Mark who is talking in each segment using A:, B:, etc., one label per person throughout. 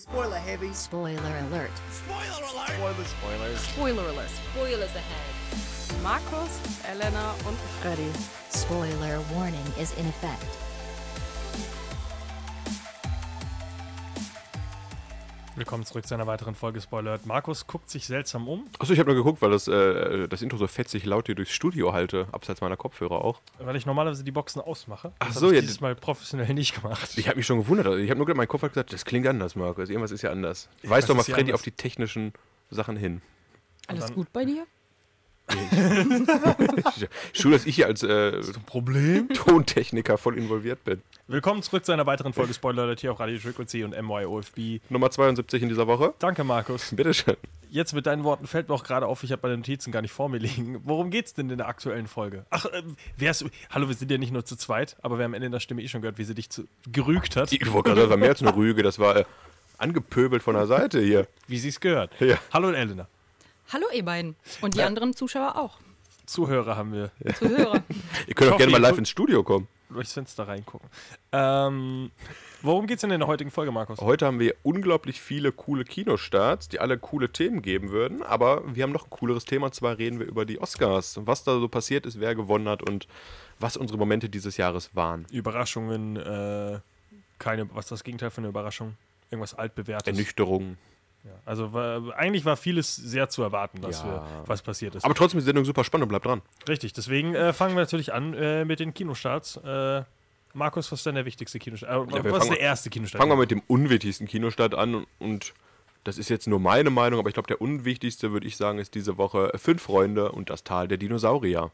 A: Spoiler heavy.
B: Spoiler alert.
A: Spoiler alert. Spoilers.
C: Spoilers.
D: Spoiler alert. Spoilers ahead.
E: Markus, Elena und Freddy.
B: Spoiler warning is in effect.
C: Willkommen zurück zu einer weiteren Folge Spoiler. Markus guckt sich seltsam um.
F: Achso, ich habe nur geguckt, weil das, äh, das Intro so fetzig laut hier durchs Studio halte, abseits meiner Kopfhörer auch.
C: Weil ich normalerweise die Boxen ausmache.
F: Ach
C: Das
F: so,
C: hab ich
F: ja,
C: Dieses
F: d-
C: Mal professionell nicht gemacht.
F: Ich habe mich schon gewundert. Also ich habe nur gedacht, mein Kopf hat gesagt, das klingt anders, Markus. Irgendwas ist ja anders.
C: Irgendwas
F: Weiß doch mal
C: ist hier
F: Freddy
C: anders.
F: auf die technischen Sachen hin.
E: Alles
C: dann-
E: gut bei dir?
C: Ah.
F: Schön, dass ich hier als äh,
C: Problem?
F: Tontechniker voll involviert bin.
C: Willkommen zurück zu einer weiteren Folge Spoiler alert hier auf Radio Frequency und MYOFB.
F: Nummer 72 in dieser Woche.
C: Danke, Markus.
F: Bitteschön.
C: Jetzt mit deinen Worten fällt mir auch gerade auf, ich habe meine Notizen gar nicht vor mir liegen. Worum geht's denn in der aktuellen Folge? Ach, ähm, wer ist. Hallo, wir sind ja nicht nur zu zweit, aber wir haben am Ende der Stimme eh schon gehört, wie sie dich zu, gerügt hat.
F: Ich wollte gerade sagen, das war mehr als eine Rüge. Das war äh, angepöbelt von der Seite hier.
C: Wie sie es gehört.
F: Ja.
C: Hallo, Elena.
E: Hallo, ihr beiden. Und die anderen Zuschauer auch.
C: Zuhörer haben wir.
E: Zuhörer.
F: Ihr könnt auch
C: Hoffe,
F: gerne mal
C: ihr
F: live
C: guckt-
F: ins Studio kommen.
C: durchs Fenster reingucken. Ähm, worum geht's denn in der heutigen Folge, Markus?
F: Heute haben wir unglaublich viele coole Kinostarts, die alle coole Themen geben würden. Aber wir haben noch ein cooleres Thema. Und zwar reden wir über die Oscars. Was da so passiert ist, wer gewonnen hat und was unsere Momente dieses Jahres waren.
C: Überraschungen, äh, keine, was ist das Gegenteil von einer Überraschung? Irgendwas altbewährtes.
F: Äh, Ernüchterung.
C: Ja. Also war, eigentlich war vieles sehr zu erwarten, was,
F: Ja.
C: wir, was passiert ist.
F: Aber trotzdem ist die Sendung super spannend und bleibt dran.
C: Richtig, deswegen äh, fangen wir natürlich an äh, mit den Kinostarts. Äh, Markus, was ist denn der wichtigste Kinostart? Äh,
F: Ja, wir
C: was ist
F: fangen-
C: der erste Kinostart?
F: Fangen wir mit dem unwichtigsten Kinostart an. Und das ist jetzt nur meine Meinung, aber ich glaube, der unwichtigste, würde ich sagen, ist diese Woche Fünf Freunde und das Tal der Dinosaurier.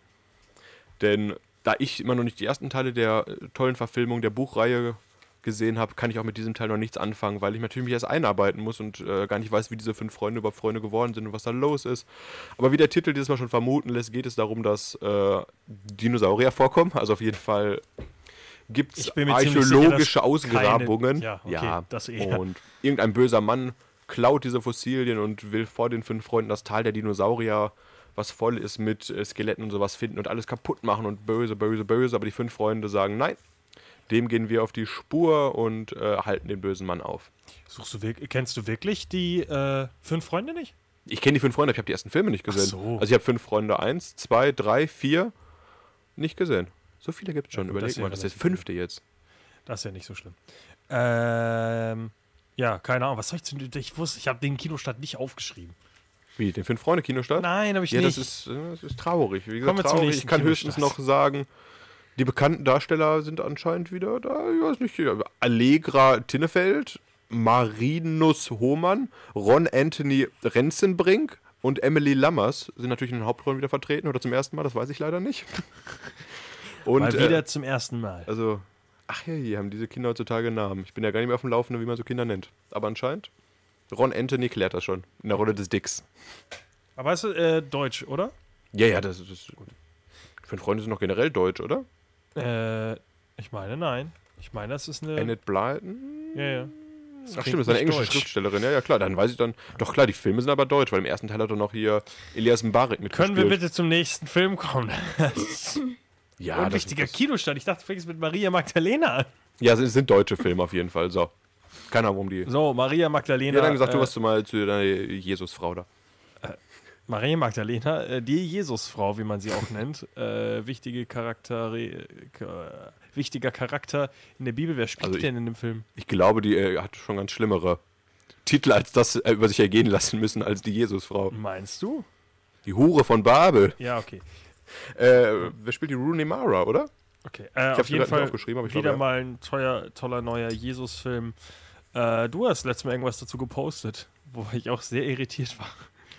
F: Denn da ich immer noch nicht die ersten Teile der äh, tollen Verfilmung der Buchreihe gesehen habe, kann ich auch mit diesem Teil noch nichts anfangen, weil ich natürlich mich erst einarbeiten muss und äh, gar nicht weiß, wie diese fünf Freunde überhaupt Freunde geworden sind und was da los ist. Aber wie der Titel dieses Mal schon vermuten lässt, geht es darum, dass äh, Dinosaurier vorkommen. Also auf jeden Fall gibt es
C: Ich bin mir ziemlich sicher,
F: archäologische
C: dass
F: Ausgrabungen.
C: keine- ja, okay, das eh. eher.
F: Und irgendein böser Mann klaut diese Fossilien und will vor den fünf Freunden das Tal der Dinosaurier, was voll ist mit äh, Skeletten und sowas, finden und alles kaputt machen und böse, böse, böse. Aber die fünf Freunde sagen, nein, dem gehen wir auf die Spur und äh, halten den bösen Mann auf.
C: Suchst du, wirk- kennst du wirklich die äh, fünf Freunde nicht?
F: Ich kenne die fünf Freunde, aber ich habe die ersten Filme nicht gesehen.
C: so.
F: Also ich habe fünf Freunde, eins, zwei, drei, vier, nicht gesehen. So viele gibt es schon,
C: gut, das
F: überleg
C: ist ja
F: mal, das ist der
C: relativ viel.
F: fünfte jetzt.
C: Das ist ja nicht so schlimm. Ähm, ja, keine Ahnung. Was soll ich zu. Ich wusste, ich habe den Kinostart nicht aufgeschrieben.
F: Wie, den fünf Freunde Kinostart?
C: Nein, habe ich
F: ja,
C: nicht.
F: das ist, äh, das ist traurig. Wie
C: Kommen wir
F: gesagt,
C: zum
F: traurig.
C: nächsten
F: Ich kann höchstens
C: Kinostart.
F: noch sagen, die bekannten Darsteller sind anscheinend wieder da. Ich weiß nicht. hier, Allegra Tinnefeld, Marinus Hohmann, Ron Anthony Renzenbrink und Emily Lammers sind natürlich in den Hauptrollen wieder vertreten oder zum ersten Mal. Das weiß ich leider nicht. Und
C: Mal wieder
F: äh,
C: zum ersten Mal.
F: also, ach ja, hier haben diese Kinder heutzutage Namen. Ich bin ja gar nicht mehr auf dem Laufenden, wie man so Kinder nennt. Aber anscheinend. Ron Anthony klärt das schon. In der Rolle des Dicks.
C: Aber weißt du, äh, Deutsch, oder?
F: Ja, ja, das ist. Das Fünf Freunde sind noch generell deutsch, oder?
C: Äh, ich meine, nein. Ich meine, das ist eine.
F: Annette Blyton?
C: ja, ja.
F: Ach
C: klingt
F: stimmt, das ist eine
C: nicht
F: englische
C: deutsch.
F: Schriftstellerin. Ja, ja, klar, dann weiß ich dann. Doch klar, die Filme sind aber deutsch, weil im ersten Teil hat er noch hier Elias Mbarek mitgespielt.
C: Können wir bitte zum nächsten Film kommen?
F: Ja,
C: Ja,
F: das-
C: Unwichtiger
F: das-
C: Kinostart. Ich dachte, du fängst mit Maria Magdalena an.
F: Ja, es sind deutsche Filme auf jeden Fall. So. Keine Ahnung, warum die.
C: So, Maria Magdalena.
F: Die hat dann gesagt,
C: äh,
F: du warst mal zu deiner Jesusfrau da.
C: Maria Magdalena, äh, die Jesusfrau, wie man sie auch nennt. Äh, wichtige Charaktere. Äh, k- äh, wichtiger Charakter in der Bibel. Wer spielt
F: Also ich-
C: denn in dem Film?
F: Ich glaube, die äh, hat schon ganz schlimmere Titel als das äh, über sich ergehen lassen müssen, als die Jesusfrau.
C: Meinst du?
F: Die Hure von Babel.
C: Ja, okay.
F: Äh, wer spielt die Rooney Mara, oder?
C: Okay, äh,
F: hab's
C: auf
F: mir grad
C: jeden
F: nicht
C: Fall
F: aufgeschrieben, aber ich
C: wieder
F: glaube, ja.
C: mal ein teuer, toller neuer Jesus-Film. Äh, du hast letztes Mal irgendwas dazu gepostet, wo ich auch sehr irritiert war.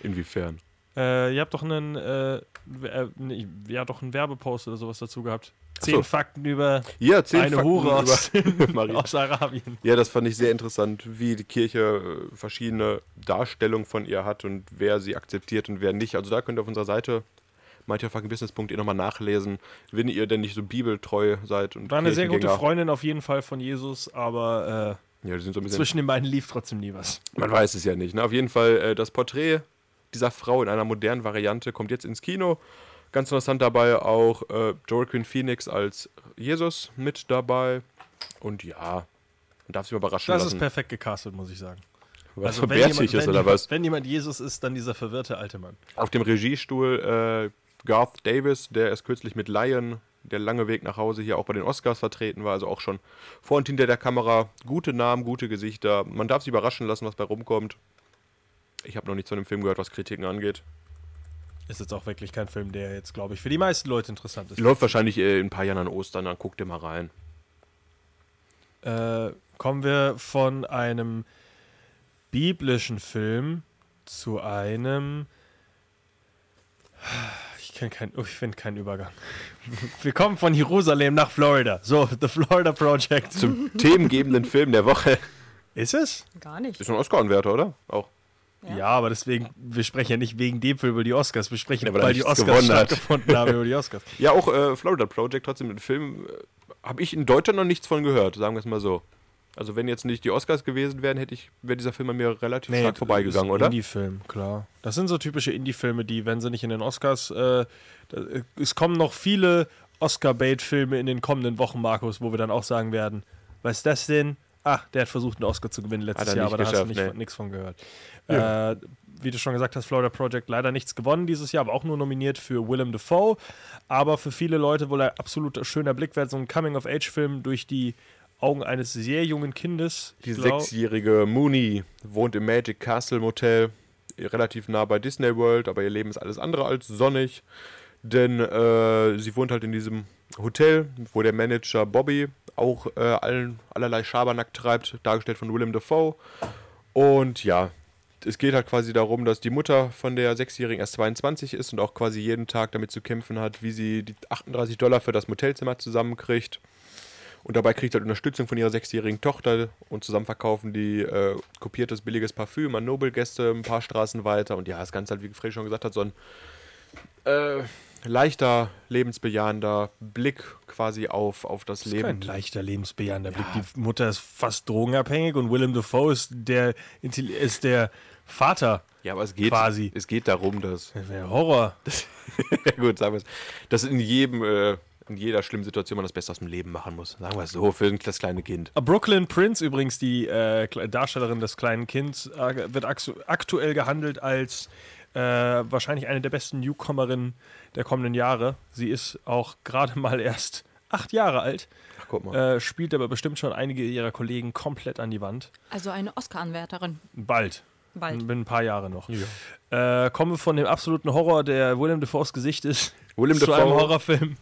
F: Inwiefern?
C: Äh, ihr habt doch einen, äh, w- äh, nee, ihr habt doch einen Werbepost oder sowas dazu gehabt. Zehn
F: so.
C: Fakten über
F: Ja, zehn
C: eine
F: Fakten
C: Hure aus,
F: über Maria.
C: aus Arabien.
F: Ja, das fand ich sehr interessant, wie die Kirche äh, verschiedene Darstellungen von ihr hat und wer sie akzeptiert und wer nicht. Also da könnt ihr auf unserer Seite mancherfuckingbusiness.de nochmal nachlesen, wenn ihr denn nicht so bibeltreu seid. Und
C: War eine sehr gute
F: Kirchengänger.
C: Freundin auf jeden Fall von Jesus, aber
F: Ja, die sind so ein
C: äh,
F: bisschen,
C: zwischen den beiden lief trotzdem nie was.
F: man weiß es ja nicht. Ne? Auf jeden Fall, äh, das Porträt dieser Frau in einer modernen Variante kommt jetzt ins Kino. Ganz interessant dabei auch äh, Joaquin Phoenix als Jesus mit dabei. Und ja, man darf sich mal überraschen
C: Das ist
F: lassen.
C: perfekt gecastet, muss ich sagen. Also
F: Was verbärtig ist,
C: wenn,
F: oder was?
C: Wenn jemand Jesus ist, dann dieser verwirrte alte Mann.
F: Auf dem Regiestuhl äh, Garth Davis, der erst kürzlich mit Lion, der lange Weg nach Hause hier auch bei den Oscars vertreten war, also auch schon vor und hinter der Kamera. Gute Namen, gute Gesichter. Man darf sich überraschen lassen, was bei rumkommt. Ich habe noch nicht zu einem Film gehört, was Kritiken angeht.
C: Ist jetzt auch wirklich kein Film, der jetzt, glaube ich, für die meisten Leute interessant ist.
F: Läuft wahrscheinlich äh, in ein paar Jahren an Ostern, dann guckt ihr mal rein.
C: Äh, kommen wir von einem biblischen Film zu einem. Ich kenne keinen, oh, ich finde keinen Übergang. Wir kommen von Jerusalem nach Florida. So, The Florida Project.
F: Zum themengebenden Film der Woche.
C: Ist es?
E: Gar nicht.
F: Ist ein Oscar-Anwärter, oder? Auch.
C: Ja. aber deswegen, wir sprechen ja nicht wegen dem Film über die Oscars, wir sprechen,
F: Ja, weil
C: weil,
F: er
C: die
F: nichts
C: Oscars
F: gewonnen hat.
C: stattgefunden haben über die Oscars.
F: Ja, auch äh, Florida Project trotzdem ein Film, äh, habe ich in Deutschland noch nichts von gehört, sagen wir es mal so. Also wenn jetzt nicht die Oscars gewesen wären, hätte ich, wäre dieser Film an mir relativ stark vorbeigegangen, oder?
C: Indie-Film, klar. Das sind so typische Indie-Filme, die, wenn sie nicht in den Oscars, äh, da, äh, es kommen noch viele Oscar-Bait-Filme in den kommenden Wochen, Markus, wo wir dann auch sagen werden, was ist das denn? Ah, der hat versucht, einen Oscar zu gewinnen
F: Hat
C: letztes
F: er
C: Jahr,
F: nicht
C: aber da hast du
F: geschafft,
C: nichts
F: nee.
C: von- nichts von gehört. Äh, wie du schon gesagt hast, Florida Project leider nichts gewonnen dieses Jahr, aber auch nur nominiert für Willem Dafoe. Aber für viele Leute wohl ein absolut schöner Blick, weil so ein Coming-of-Age-Film durch die Augen eines sehr jungen Kindes.
F: Die
C: ich glaub-
F: sechsjährige Mooney wohnt im Magic Castle Motel, äh, relativ nah bei Disney World, aber ihr Leben ist alles andere als sonnig. Denn äh, sie wohnt halt in diesem Hotel, wo der Manager Bobby auch äh, allen, allerlei Schabernack treibt, dargestellt von Willem Dafoe. Und ja, es geht halt quasi darum, dass die Mutter von der Sechsjährigen erst 22 ist und auch quasi jeden Tag damit zu kämpfen hat, wie sie die 38 Dollar für das Motelzimmer zusammenkriegt. Und dabei kriegt sie halt Unterstützung von ihrer sechsjährigen Tochter und zusammen verkaufen die äh, kopiertes billiges Parfüm an Nobelgäste ein paar Straßen weiter. Und ja, das Ganze halt, wie Fred schon gesagt hat, so ein äh, leichter, lebensbejahender Blick quasi auf, auf das
C: Das ist
F: Leben.
C: kein leichter lebensbejahender Blick. Die Mutter ist fast drogenabhängig und Willem Dafoe ist der, Intelli- ist der Vater.
F: Ja, aber es geht,
C: Quasi.
F: es geht darum, dass
C: Das wäre Horror.
F: ja gut, sagen wir es. Dass in jedem, äh, in jeder schlimmen Situation man das Beste aus dem Leben machen muss. Sagen wir es so, für ein- das kleine Kind.
C: Ah, Brooklyn Prince übrigens, die äh, Kle- Darstellerin des kleinen Kinds, äh, wird aktu- aktuell gehandelt als äh, wahrscheinlich eine der besten Newcomerinnen der kommenden Jahre. Sie ist auch gerade mal erst acht Jahre alt,
F: Ach, guck mal.
C: äh, spielt aber bestimmt schon einige ihrer Kollegen komplett an die Wand.
E: Also eine Oscar-Anwärterin.
C: Bald.
E: Bald.
C: Bin ein paar Jahre noch. Äh, kommen wir von dem absoluten Horror, der William Defoe's Gesicht ist,
F: Willem
C: zu einem
F: Dafoe.
C: Horrorfilm.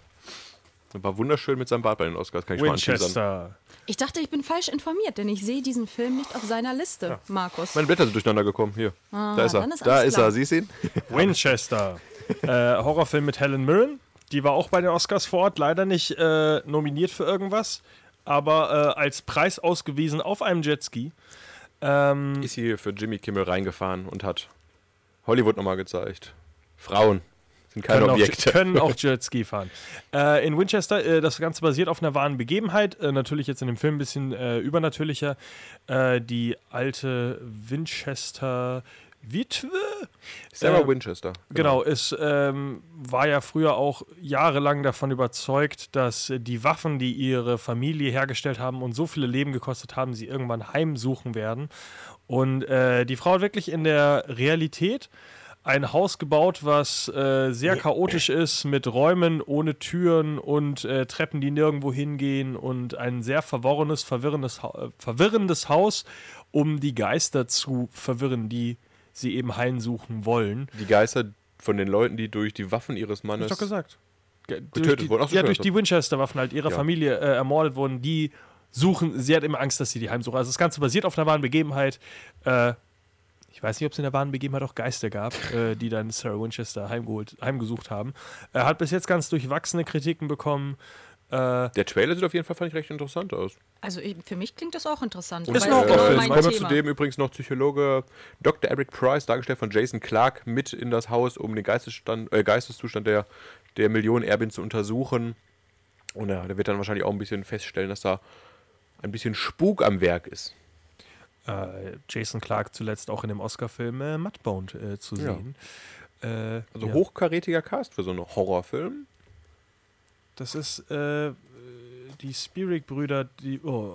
F: War wunderschön mit seinem Bart bei den Oscars, kann ich mal anteasern.
C: Winchester.
E: Ich dachte, ich bin falsch informiert, denn ich sehe diesen Film nicht auf seiner Liste, Markus.
F: Meine Blätter sind durcheinander gekommen. Hier. da ist er.
E: Ah, dann ist
F: da
E: alles
F: ist
E: klar.
F: er. Siehst du ihn?
C: Winchester. äh, Horrorfilm mit Helen Mirren. Die war auch bei den Oscars vor Ort, leider nicht äh, nominiert für irgendwas, aber äh, als Preis ausgewiesen auf einem Jetski. Ähm,
F: Ist hier für Jimmy Kimmel reingefahren und hat Hollywood nochmal gezeigt. Frauen sind keine
C: können
F: Objekte.
C: Auch, können auch Jetski fahren. Äh, in Winchester, äh, das Ganze basiert auf einer wahren Begebenheit, äh, natürlich jetzt in dem Film ein bisschen äh, übernatürlicher. Äh, die alte Winchester Witwe,
F: Sarah
C: äh,
F: Winchester.
C: genau, ist, ähm, war ja früher auch jahrelang davon überzeugt, dass äh, die Waffen, die ihre Familie hergestellt haben und so viele Leben gekostet haben, sie irgendwann heimsuchen werden. Und äh, die Frau hat wirklich in der Realität ein Haus gebaut, was äh, sehr chaotisch ist, mit Räumen ohne Türen und äh, Treppen, die nirgendwo hingehen und ein sehr verworrenes, verwirrendes, Hau- äh, verwirrendes Haus, um die Geister zu verwirren, die sie eben heimsuchen wollen.
F: Die Geister von den Leuten, die durch die Waffen ihres
C: Hab ich
F: Mannes.
C: doch gesagt. Ge- durch
F: Getötet
C: die,
F: wurden. Ach so,
C: ja,
F: stimmt,
C: durch die
F: stimmt.
C: Winchester-Waffen halt ihrer
F: Ja.
C: Familie äh, ermordet wurden. Die suchen, sie hat immer Angst, dass sie die heimsuchen. Also das Ganze basiert auf einer wahren Begebenheit. Äh, ich weiß nicht, ob es in der wahren Begebenheit auch Geister gab, äh, die dann Sarah Winchester heimgeholt, heimgesucht haben. Äh, hat bis jetzt ganz durchwachsene Kritiken bekommen. Äh,
F: Der Trailer sieht auf jeden Fall, fand ich, recht interessant aus.
E: Also ich- für mich klingt das auch interessant.
C: Ist
E: weil
C: noch
E: es genau
C: Film.
F: äh,
E: mein
F: kommen wir
E: Thema.
F: zudem übrigens noch Psychologe Dr. Eric Price, dargestellt von Jason Clark, mit in das Haus, um den Geistesstand, äh, Geisteszustand der, der Millionenerbin zu untersuchen. Und ja, der wird dann wahrscheinlich auch ein bisschen feststellen, dass da ein bisschen Spuk am Werk ist.
C: äh, Jason Clark zuletzt auch in dem Oscar-Film äh, Mudbound äh, zu
F: Ja.
C: sehen. Äh,
F: Also
C: ja.
F: hochkarätiger Cast für so einen Horrorfilm.
C: Das ist äh, Die Spielberg-Brüder, die. Oh,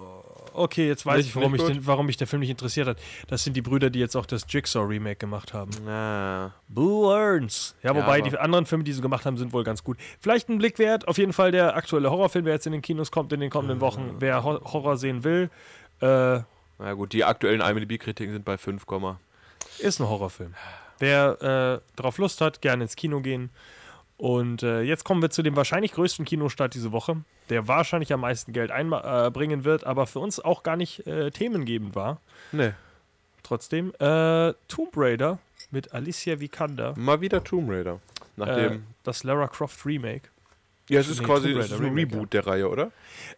C: okay, jetzt weiß
F: Nicht-
C: ich, warum,
F: nicht
C: ich
F: gut?
C: den, warum mich der Film nicht interessiert hat. Das sind die Brüder, die jetzt auch das Jigsaw-Remake gemacht haben.
F: Ah.
C: Boo Earns. Ja,
F: Ja,
C: wobei
F: aber-
C: die anderen Filme, die sie gemacht haben, sind wohl ganz gut. Vielleicht ein Blick wert. Auf jeden Fall der aktuelle Horrorfilm, der jetzt in den Kinos kommt in den kommenden Wochen. Wer Ho Horror sehen will, äh,
F: Na gut, die aktuellen IMDb-Kritiken sind bei 5, Komma.
C: ist ein Horrorfilm. Wer äh, drauf Lust hat, gerne ins Kino gehen. Und äh, jetzt kommen wir zu dem wahrscheinlich größten Kinostart diese Woche, der wahrscheinlich am meisten Geld einbringen äh, bringen wird, aber für uns auch gar nicht äh, themengebend war.
F: Nee.
C: Trotzdem, äh, Tomb Raider mit Alicia Vikander,
F: Mal wieder Tomb Raider. Nachdem.
C: äh, das Lara Croft Remake.
F: ja, es ist
C: nee,
F: quasi
C: Tomb
F: es ist
C: Raider
F: ein
C: Remake,
F: Reboot der Reihe, oder?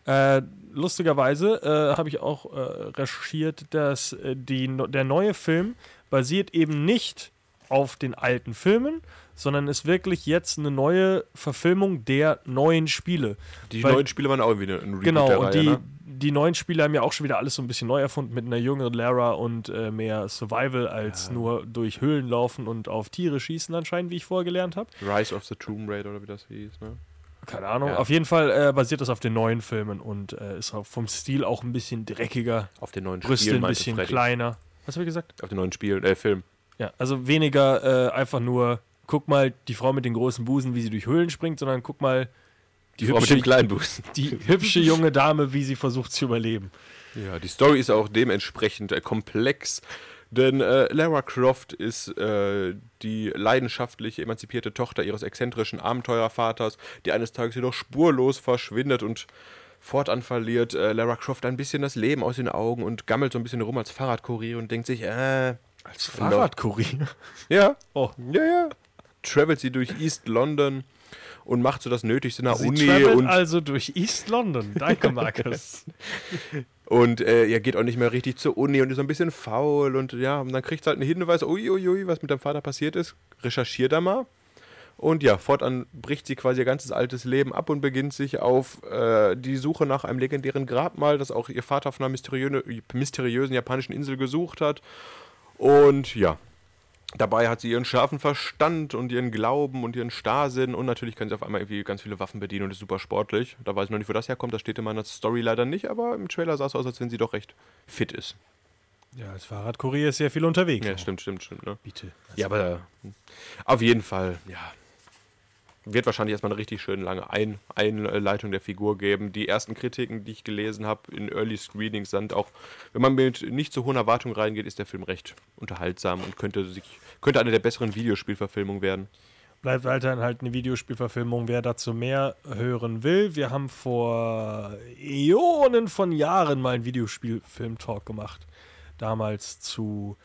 C: Äh, lustigerweise äh, habe ich auch äh, recherchiert, dass äh, die, no- der neue Film basiert eben nicht auf den alten Filmen, sondern ist wirklich jetzt eine neue Verfilmung der neuen Spiele.
F: Die
C: Weil-
F: neuen Spiele waren auch wieder ein Reboot
C: Genau,
F: der
C: und
F: Reihe.
C: die,
F: ne?
C: die neuen Spiele haben ja auch schon wieder alles so ein bisschen neu erfunden mit einer jüngeren Lara und äh, mehr Survival als nur durch Höhlen laufen und auf Tiere schießen anscheinend, wie ich vorher gelernt habe.
F: Rise of the Tomb Raider oder wie das hieß, ne?
C: Keine Ahnung.
F: Ja.
C: Auf jeden Fall äh, basiert das auf den neuen Filmen und äh, ist auch vom Stil auch ein bisschen dreckiger.
F: Auf den neuen
C: Brüste
F: Spielen,
C: ein
F: meinte
C: bisschen
F: Freddy.
C: kleiner. Was habe ich gesagt?
F: Auf den neuen Spielen, äh, Film.
C: Ja, also weniger äh, einfach nur, guck mal die Frau mit den großen Busen, wie sie durch Höhlen springt, sondern guck mal
F: Die
C: Frau mit dem
F: kleinen Busen.
C: die hübsche junge Dame, wie sie versucht zu überleben.
F: Ja, die Story ist auch dementsprechend äh, komplex. Denn äh, Lara Croft ist äh, die leidenschaftlich emanzipierte Tochter ihres exzentrischen Abenteurervaters, die eines Tages jedoch spurlos verschwindet und fortan verliert äh, Lara Croft ein bisschen das Leben aus den Augen und gammelt so ein bisschen rum als Fahrradkurier und denkt sich, äh,
C: Als
F: Fahrradkurier? ja,
C: Oh.
F: ja, ja. Travelt sie durch East London und macht so das Nötigste nach
C: Sie
F: Uni
C: travelt
F: und
C: also durch East London. Danke, Markus.
F: Und äh, er geht auch nicht mehr richtig zur Uni und ist so ein bisschen faul und ja, und dann kriegt halt einen Hinweis, uiuiui, was mit deinem Vater passiert ist, recherchier da mal. Und ja, fortan bricht sie quasi ihr ganzes altes Leben ab und beginnt sich auf äh, die Suche nach einem legendären Grabmal, das auch ihr Vater auf einer mysteriöne, mysteriösen japanischen Insel gesucht hat. Und ja, dabei hat sie ihren scharfen Verstand und ihren Glauben und ihren Starrsinn und natürlich kann sie auf einmal irgendwie ganz viele Waffen bedienen und ist super sportlich. Da weiß ich noch nicht, wo das herkommt, das steht in meiner Story leider nicht, aber im Trailer sah es aus, als wenn sie doch recht fit ist.
C: ja, als Fahrradkurier ist sehr viel unterwegs.
F: Ja, stimmt, stimmt, stimmt. Ne?
C: Bitte.
F: Ja, aber auf jeden Fall, ja. Wird wahrscheinlich erstmal eine richtig schön lange Ein Einleitung der Figur geben. Die ersten Kritiken, die ich gelesen habe in Early Screenings, sind auch, wenn man mit nicht so hohen Erwartungen reingeht, ist der Film recht unterhaltsam und könnte, sich, könnte eine der besseren Videospielverfilmungen werden.
C: Bleibt weiterhin halt eine Videospielverfilmung, wer dazu mehr hören will. Wir haben vor Äonen von Jahren mal einen Videospielfilm-Talk gemacht. Damals zu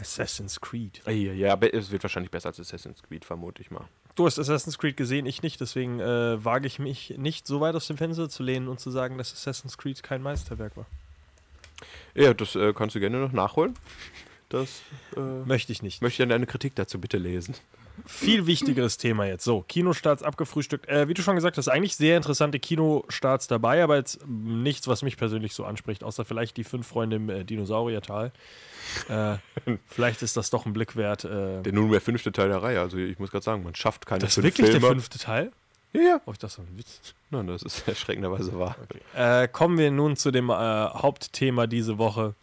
C: Assassin's Creed.
F: Ja, ja, aber es wird wahrscheinlich besser als Assassin's Creed, vermute ich mal.
C: Du hast Assassin's Creed gesehen, ich nicht, deswegen äh, wage ich mich nicht so weit aus dem Fenster zu lehnen und zu sagen, dass Assassin's Creed kein Meisterwerk war.
F: Ja, das äh, kannst du gerne noch nachholen. Das äh,
C: Möchte ich nicht.
F: möchte ich dann deine Kritik dazu bitte lesen.
C: Viel wichtigeres Thema jetzt. So, Kinostarts abgefrühstückt. Äh, wie du schon gesagt hast, eigentlich sehr interessante Kinostarts dabei, aber jetzt ähm, nichts, was mich persönlich so anspricht, außer vielleicht die fünf Freunde im äh, Dinosauriertal. Äh, vielleicht ist das doch ein Blick wert. Äh,
F: Der nunmehr fünfte Teil der Reihe, also ich muss gerade sagen, man schafft keine
C: das ist
F: fünf
C: wirklich
F: Filme.
C: der fünfte Teil?
F: Ja, ja.
C: Oh, ich dachte, das war ein Witz.
F: Nein, das ist erschreckenderweise wahr.
C: Äh, kommen wir nun zu dem äh, Hauptthema diese Woche,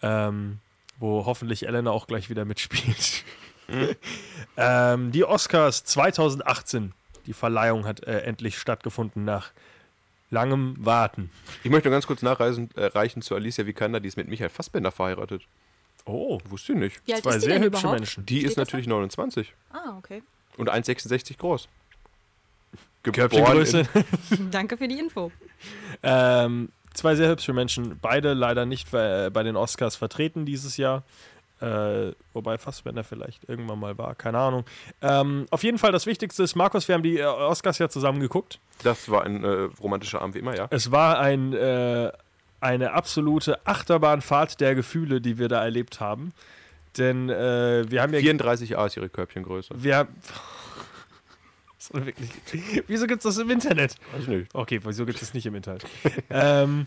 C: ähm, wo hoffentlich Elena auch gleich wieder mitspielt.
F: Mhm.
C: ähm, die Oscars 2018. Die Verleihung hat äh, endlich stattgefunden nach langem Warten.
F: Ich möchte nur ganz kurz nachreichen äh, reichen zu Alicia Vikander, die ist mit Michael Fassbender verheiratet.
C: Oh,
F: Wusste ich nicht.
E: Wie alt
C: zwei
E: ist die
C: sehr
E: denn
C: hübsche
E: überhaupt?
C: Menschen.
F: Die ist
E: das
F: natürlich 29
E: Ah, okay.
F: und 1,66 groß.
C: Körbchengröße.
F: in-
E: Danke für die Info.
C: Ähm, zwei sehr hübsche Menschen, beide leider nicht äh, bei den Oscars vertreten dieses Jahr. Äh, wobei Fassbender vielleicht irgendwann mal war, keine Ahnung. Ähm, auf jeden Fall das Wichtigste ist, Markus, wir haben die äh, Oscars ja zusammen geguckt.
F: Das war ein äh, romantischer Abend wie immer, ja.
C: Es war ein, äh, eine absolute Achterbahnfahrt der Gefühle, die wir da erlebt haben. Denn äh, wir haben ja
F: 34a ist ihre Körbchengröße.
C: wir so wirklich. Wieso gibt's das im Internet?
F: Weiß nicht.
C: Okay, wieso gibt's das nicht im Internet? ähm,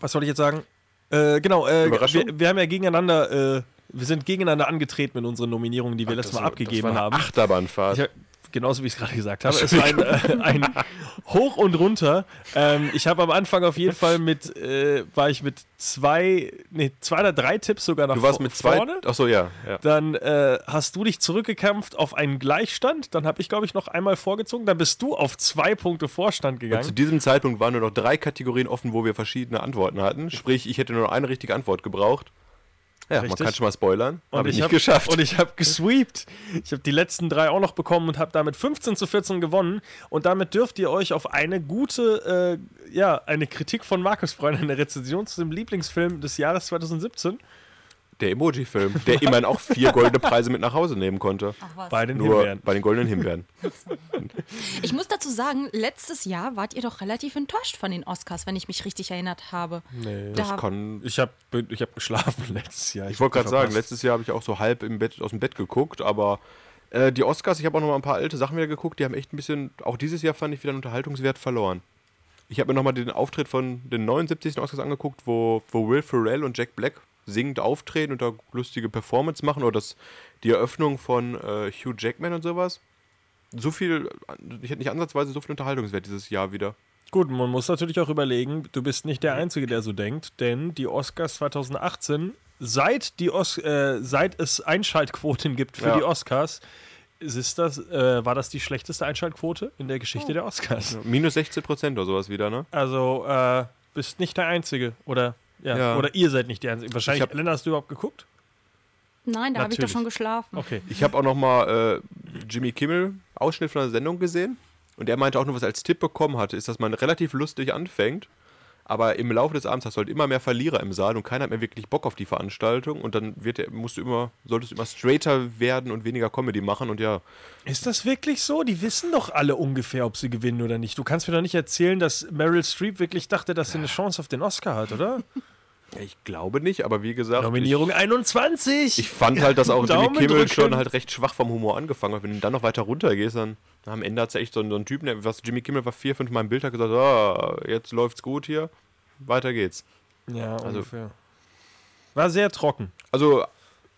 C: was wollte ich jetzt sagen? Äh, genau, äh,
F: Überraschung?
C: wir, wir haben ja gegeneinander, äh, wir sind gegeneinander angetreten mit unseren Nominierungen, die wir letztes Mal abgegeben haben.
F: Achterbahnfahrt.
C: Ich hab- genauso wie ich es gerade gesagt habe. Es war ein, äh, ein Hoch und runter. Ähm, ich habe am Anfang auf jeden Fall mit, äh, war ich mit zwei, nee, zwei oder drei Tipps sogar nach
F: Du warst
C: vor-
F: mit zwei.
C: vorne.
F: Achso, ja. ja.
C: Dann äh, hast du dich zurückgekämpft auf einen Gleichstand. Dann habe ich, glaube ich, noch einmal vorgezogen. Dann bist du auf zwei Punkte Vorstand
F: Zu
C: gegangen.
F: diesem Zeitpunkt waren nur noch drei Kategorien offen, wo wir verschiedene Antworten hatten. Sprich, ich hätte nur noch eine richtige Antwort gebraucht. Ja, man
C: Richtig.
F: kann schon mal spoilern. Habe ich
C: ich
F: nicht
C: hab-
F: geschafft.
C: Und ich habe gesweept. Ich habe die letzten drei auch noch bekommen und habe damit 15 zu 14 gewonnen. Und damit dürft ihr euch auf eine gute, äh, ja, eine Kritik von Markus freuen, eine Rezension zu dem Lieblingsfilm des Jahres 2017
F: der Emoji-Film, der immerhin auch vier goldene Preise mit nach Hause nehmen konnte.
C: bei Ah. den
F: Nur
C: Himbeeren.
F: bei den goldenen Himbeeren.
E: Ich muss dazu sagen, letztes Jahr wart ihr doch relativ enttäuscht von den Oscars, wenn ich mich richtig erinnert habe. Nee,
F: Das kann
C: Ich habe ich hab geschlafen letztes Jahr.
F: Ich wollte gerade sagen,
C: letztes
F: letztes Jahr habe ich auch so halb im Bett, aus dem Bett geguckt, aber äh, die Oscars, ich habe auch noch mal ein paar alte Sachen wieder geguckt, die haben echt ein bisschen, auch dieses Jahr fand ich wieder einen Unterhaltungswert verloren. Ich habe mir noch mal den Auftritt von den 79. Oscars angeguckt, wo, wo Will Ferrell und Jack Black singend auftreten und da lustige Performance machen oder das, die Eröffnung von äh, Hugh Jackman und sowas. So viel, ich hätte nicht ansatzweise so viel Unterhaltungswert dieses Jahr wieder.
C: Gut, man muss natürlich auch überlegen, du bist nicht der Einzige, der so denkt, denn die Oscars 2018, seit, die Os äh, seit es Einschaltquoten gibt für
F: Ja.
C: die Oscars, es ist das, äh, war das die schlechteste Einschaltquote in der Geschichte
F: Oh.
C: der Oscars.
F: Minus 16 Prozent oder sowas wieder, ne?
C: Also äh, bist nicht der Einzige oder, ja,
F: Ja.
C: oder ihr seid nicht der Einzige. Wahrscheinlich,
F: hab-
C: Elena, hast du überhaupt geguckt?
E: Nein, da habe ich doch
C: Natürlich.
E: schon geschlafen.
C: Okay.
F: Ich habe auch noch mal äh, Jimmy Kimmel Ausschnitt von einer Sendung gesehen und er meinte auch nur, was er als Tipp bekommen hatte, ist, dass man relativ lustig anfängt, aber im Laufe des Abends hast du halt immer mehr Verlierer im Saal und keiner hat mehr wirklich Bock auf die Veranstaltung und dann wird, der- musst du immer, solltest du immer straighter werden und weniger Comedy machen und ja,
C: Ist das wirklich so? Die wissen doch alle ungefähr, ob sie gewinnen oder nicht. Du kannst mir doch nicht erzählen, dass Meryl Streep wirklich dachte, dass sie eine Chance auf den Oscar hat, oder?
F: ich glaube nicht, aber wie gesagt,
C: Nominierung 21!
F: ich, ich fand halt, dass auch Jimmy
C: Daumen
F: Kimmel
C: drücken.
F: schon halt recht schwach vom Humor angefangen hat. Wenn du dann noch weiter runtergehst, dann na, am Ende hat es echt so, einen- so einen Typen, der, was Jimmy Kimmel war vier, fünf Mal im Bild, hat gesagt, ah, jetzt läuft's gut hier, weiter geht's.
C: Ja, ungefähr. War sehr trocken.
F: Also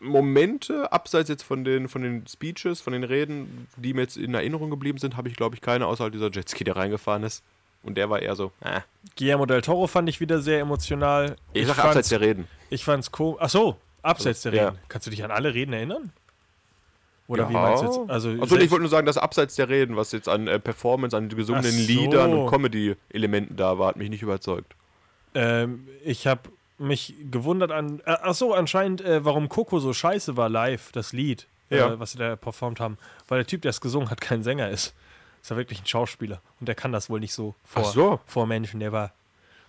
F: Momente, abseits jetzt von den, von den Speeches, von den Reden, die mir jetzt in Erinnerung geblieben sind, habe ich, glaube ich, keine, außer halt dieser Jetski, der reingefahren ist. Und der war eher so, äh,
C: Guillermo del Toro fand ich wieder sehr emotional.
F: ich, sage
C: fand's-
F: abseits der Reden. Also,
C: Ich fand's komisch. Ach so, abseits der
F: Ja.
C: Reden. Kannst du dich an alle Reden erinnern? Oder wie meinst du jetzt? Also,
F: Also,
C: selbst-
F: ich wollte nur sagen, dass abseits der Reden, was jetzt an äh, Performance, an gesungenen
C: Ach so.
F: Liedern und Comedy-Elementen da war, hat mich nicht überzeugt.
C: ähm, ich habe mich gewundert an. Äh, ach so, anscheinend, äh, warum Coco so scheiße war live, das Lied,
F: Ja.
C: äh, was sie da performt haben. Weil der Typ, der es gesungen hat, kein Sänger ist. Ist ja wirklich ein Schauspieler. Und der kann das wohl nicht so vor,
F: Ach so.
C: vor Menschen. Der war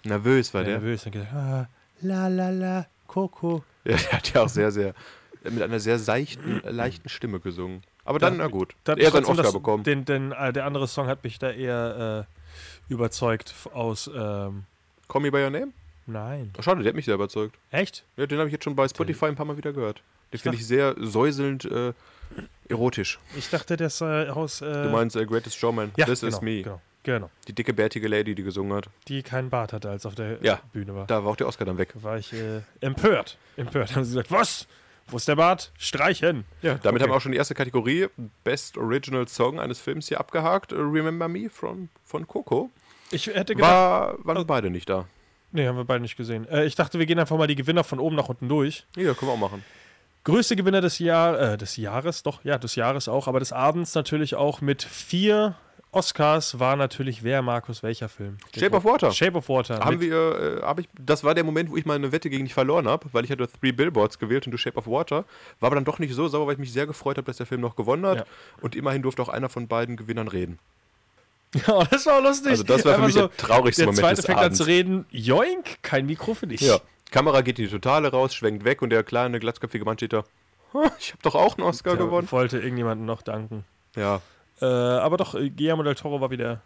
F: Nervös war der.
C: nervös und gesagt: ah, La la la, Coco.
F: Ja, der hat ja auch sehr, sehr, mit einer sehr seichten, äh, leichten Stimme gesungen. Aber dann, na gut.
C: Da hat
F: Er hat seinen
C: trotzdem
F: Oscar
C: das-
F: bekommen.
C: Den, den, äh, der andere Song hat mich da eher äh, überzeugt f- aus. Ähm,
F: Call Me By Your Name?
C: nein.
F: Oh, schade, der hat mich sehr überzeugt.
C: Echt?
F: Ja, den habe ich jetzt schon bei Spotify ein paar Mal wieder gehört. Den finde
C: dacht-
F: ich sehr säuselnd äh, erotisch.
C: Ich dachte, der ist äh, aus. Äh,
F: Du meinst äh, Greatest Showman,
C: ja,
F: This
C: genau,
F: Is Me.
C: Genau, genau.
F: Die dicke, bärtige Lady, die gesungen hat.
C: Die keinen Bart hatte, als auf der äh,
F: Ja.
C: Bühne war. Da
F: Da war auch der Oscar dann weg.
C: war ich äh, empört. Empört. Haben sie gesagt: Was? Wo ist der Bart? Streichen. Ja,
F: Damit haben wir auch schon die erste Kategorie Best Original Song eines Films hier abgehakt. Äh, Remember Me von, von Coco.
C: Ich hätte
F: genau.
C: gedacht.
F: War, waren beide nicht da.
C: Nee, haben wir beide nicht gesehen. Äh, ich dachte, wir gehen einfach mal die Gewinner von oben nach unten durch.
F: Ja, können wir auch machen.
C: Größte Gewinner des, Jahr, äh, des Jahres, doch, ja, des Jahres auch, aber des Abends natürlich auch mit vier Oscars war natürlich wer, Markus, welcher Film?
F: Shape of Water.
C: Shape of Water.
F: Haben
C: mit,
F: wir, äh, hab ich, das war der Moment, wo ich meine Wette gegen dich verloren habe, weil ich hatte Three Billboards gewählt und The Shape of Water. War aber dann doch nicht so sauer, weil ich mich sehr gefreut habe, dass der Film noch gewonnen hat.
C: Ja.
F: Und immerhin durfte auch einer von beiden Gewinnern reden.
C: oh, das war lustig.
F: Also das war für
C: Einfach
F: mich der traurigste
C: der
F: Moment
C: zweite
F: des
C: fängt an
F: Abends.
C: zu reden, joink, kein Mikro für dich.
F: Ja. Kamera geht in die Totale raus, schwenkt weg und der kleine glatzköpfige Mann steht da. "Ha, Ich habe doch auch einen Oscar
C: Der
F: gewonnen.
C: wollte irgendjemandem noch danken.
F: Ja.
C: Äh, aber doch, äh, Guillermo del Toro war wieder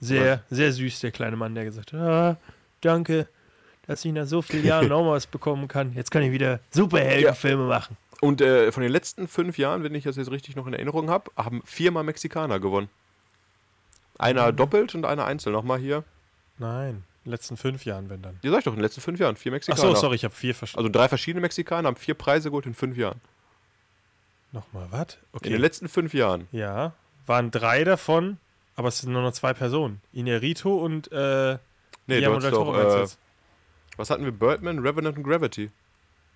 C: sehr, sehr süß, der kleine Mann, der gesagt hat, ah, danke, dass ich nach so vielen Jahren nochmal was bekommen kann. Jetzt kann ich wieder Superheldenfilme machen.
F: Und äh, von den letzten fünf Jahren, wenn ich das jetzt richtig noch in Erinnerung habe, haben viermal Mexikaner gewonnen. Einer
C: Mhm.
F: doppelt und einer einzeln. Nochmal hier.
C: Nein, in den letzten fünf Jahren, wenn dann.
F: Die sag ich doch, in den letzten fünf Jahren vier Mexikaner.
C: Achso, sorry, ich habe vier verstanden.
F: Also drei verschiedene Mexikaner haben vier Preise geholt in fünf Jahren.
C: Nochmal, was?
F: In den letzten fünf Jahren.
C: Ja, waren drei davon, aber es sind nur noch zwei Personen. Inarito und äh,
F: Nee, du
C: Guillermo
F: hattest
C: del
F: doch,
C: Toro meinst du
F: äh,
C: jetzt?
F: Was hatten wir? Birdman, Revenant und Gravity.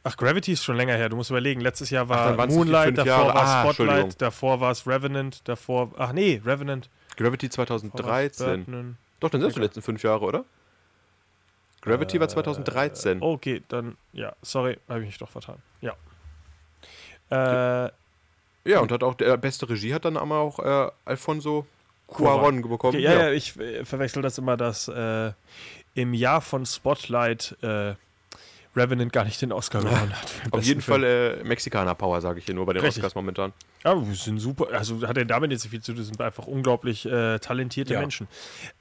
C: Ach, Gravity ist schon länger her. Du musst überlegen. Letztes Jahr
F: Ach,
C: war
F: dann waren's nicht die
C: Moonlight,
F: fünf
C: davor
F: Jahre.
C: war
F: Ah, Entschuldigung.
C: Spotlight, davor war es Revenant, davor. Ach nee, Revenant.
F: Gravity
C: davor war's
F: 2013.
C: Birdman.
F: Doch, dann sind es die letzten fünf Jahre, oder? Gravity
C: Äh,
F: war 2013.
C: Okay, dann, ja, sorry, habe ich mich doch vertan. Ja. Äh,
F: Ja, und hat auch der beste Regie hat dann aber auch äh, Alfonso Cuaron bekommen.
C: okay, ja, ja, ich äh, verwechsel das immer, dass äh, im Jahr von Spotlight äh, Revenant gar nicht den Oscar gewonnen hat. für den
F: Auf
C: besten
F: jeden
C: Film.
F: Fall äh, Mexikaner-Power, sage ich hier nur bei den
C: Richtig.
F: Oscars momentan.
C: Ja, wir sind super. Also hat er damit jetzt nicht viel zu tun. Das sind einfach unglaublich äh, talentierte
F: Ja.
C: Menschen.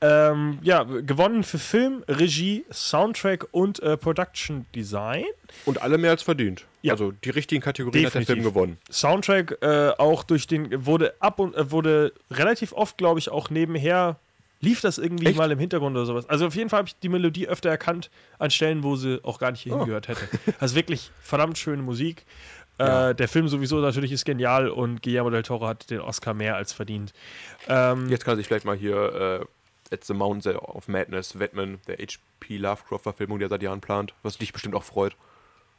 C: Ähm, ja, gewonnen für Film, Regie, Soundtrack und äh, Production Design.
F: Und alle mehr als verdient.
C: Ja.
F: Also die richtigen Kategorien hat der
C: Definitiv.
F: Film gewonnen.
C: Soundtrack äh, auch durch den wurde ab und äh, wurde relativ oft, glaube ich, auch nebenher lief das irgendwie
F: Echt?
C: mal im Hintergrund oder sowas. Also auf jeden Fall habe ich die Melodie öfter erkannt an Stellen, wo sie auch gar nicht hierhin
F: Oh.
C: gehört hätte. Also wirklich verdammt schöne Musik.
F: Ja.
C: Äh, der Film sowieso natürlich ist genial und Guillermo del Toro hat den Oscar mehr als verdient. Ähm,
F: Jetzt kann er sich vielleicht mal hier äh, At the Mountains of Madness widmen, der H.P. Lovecraft-Verfilmung, die er seit Jahren plant, was dich bestimmt auch freut.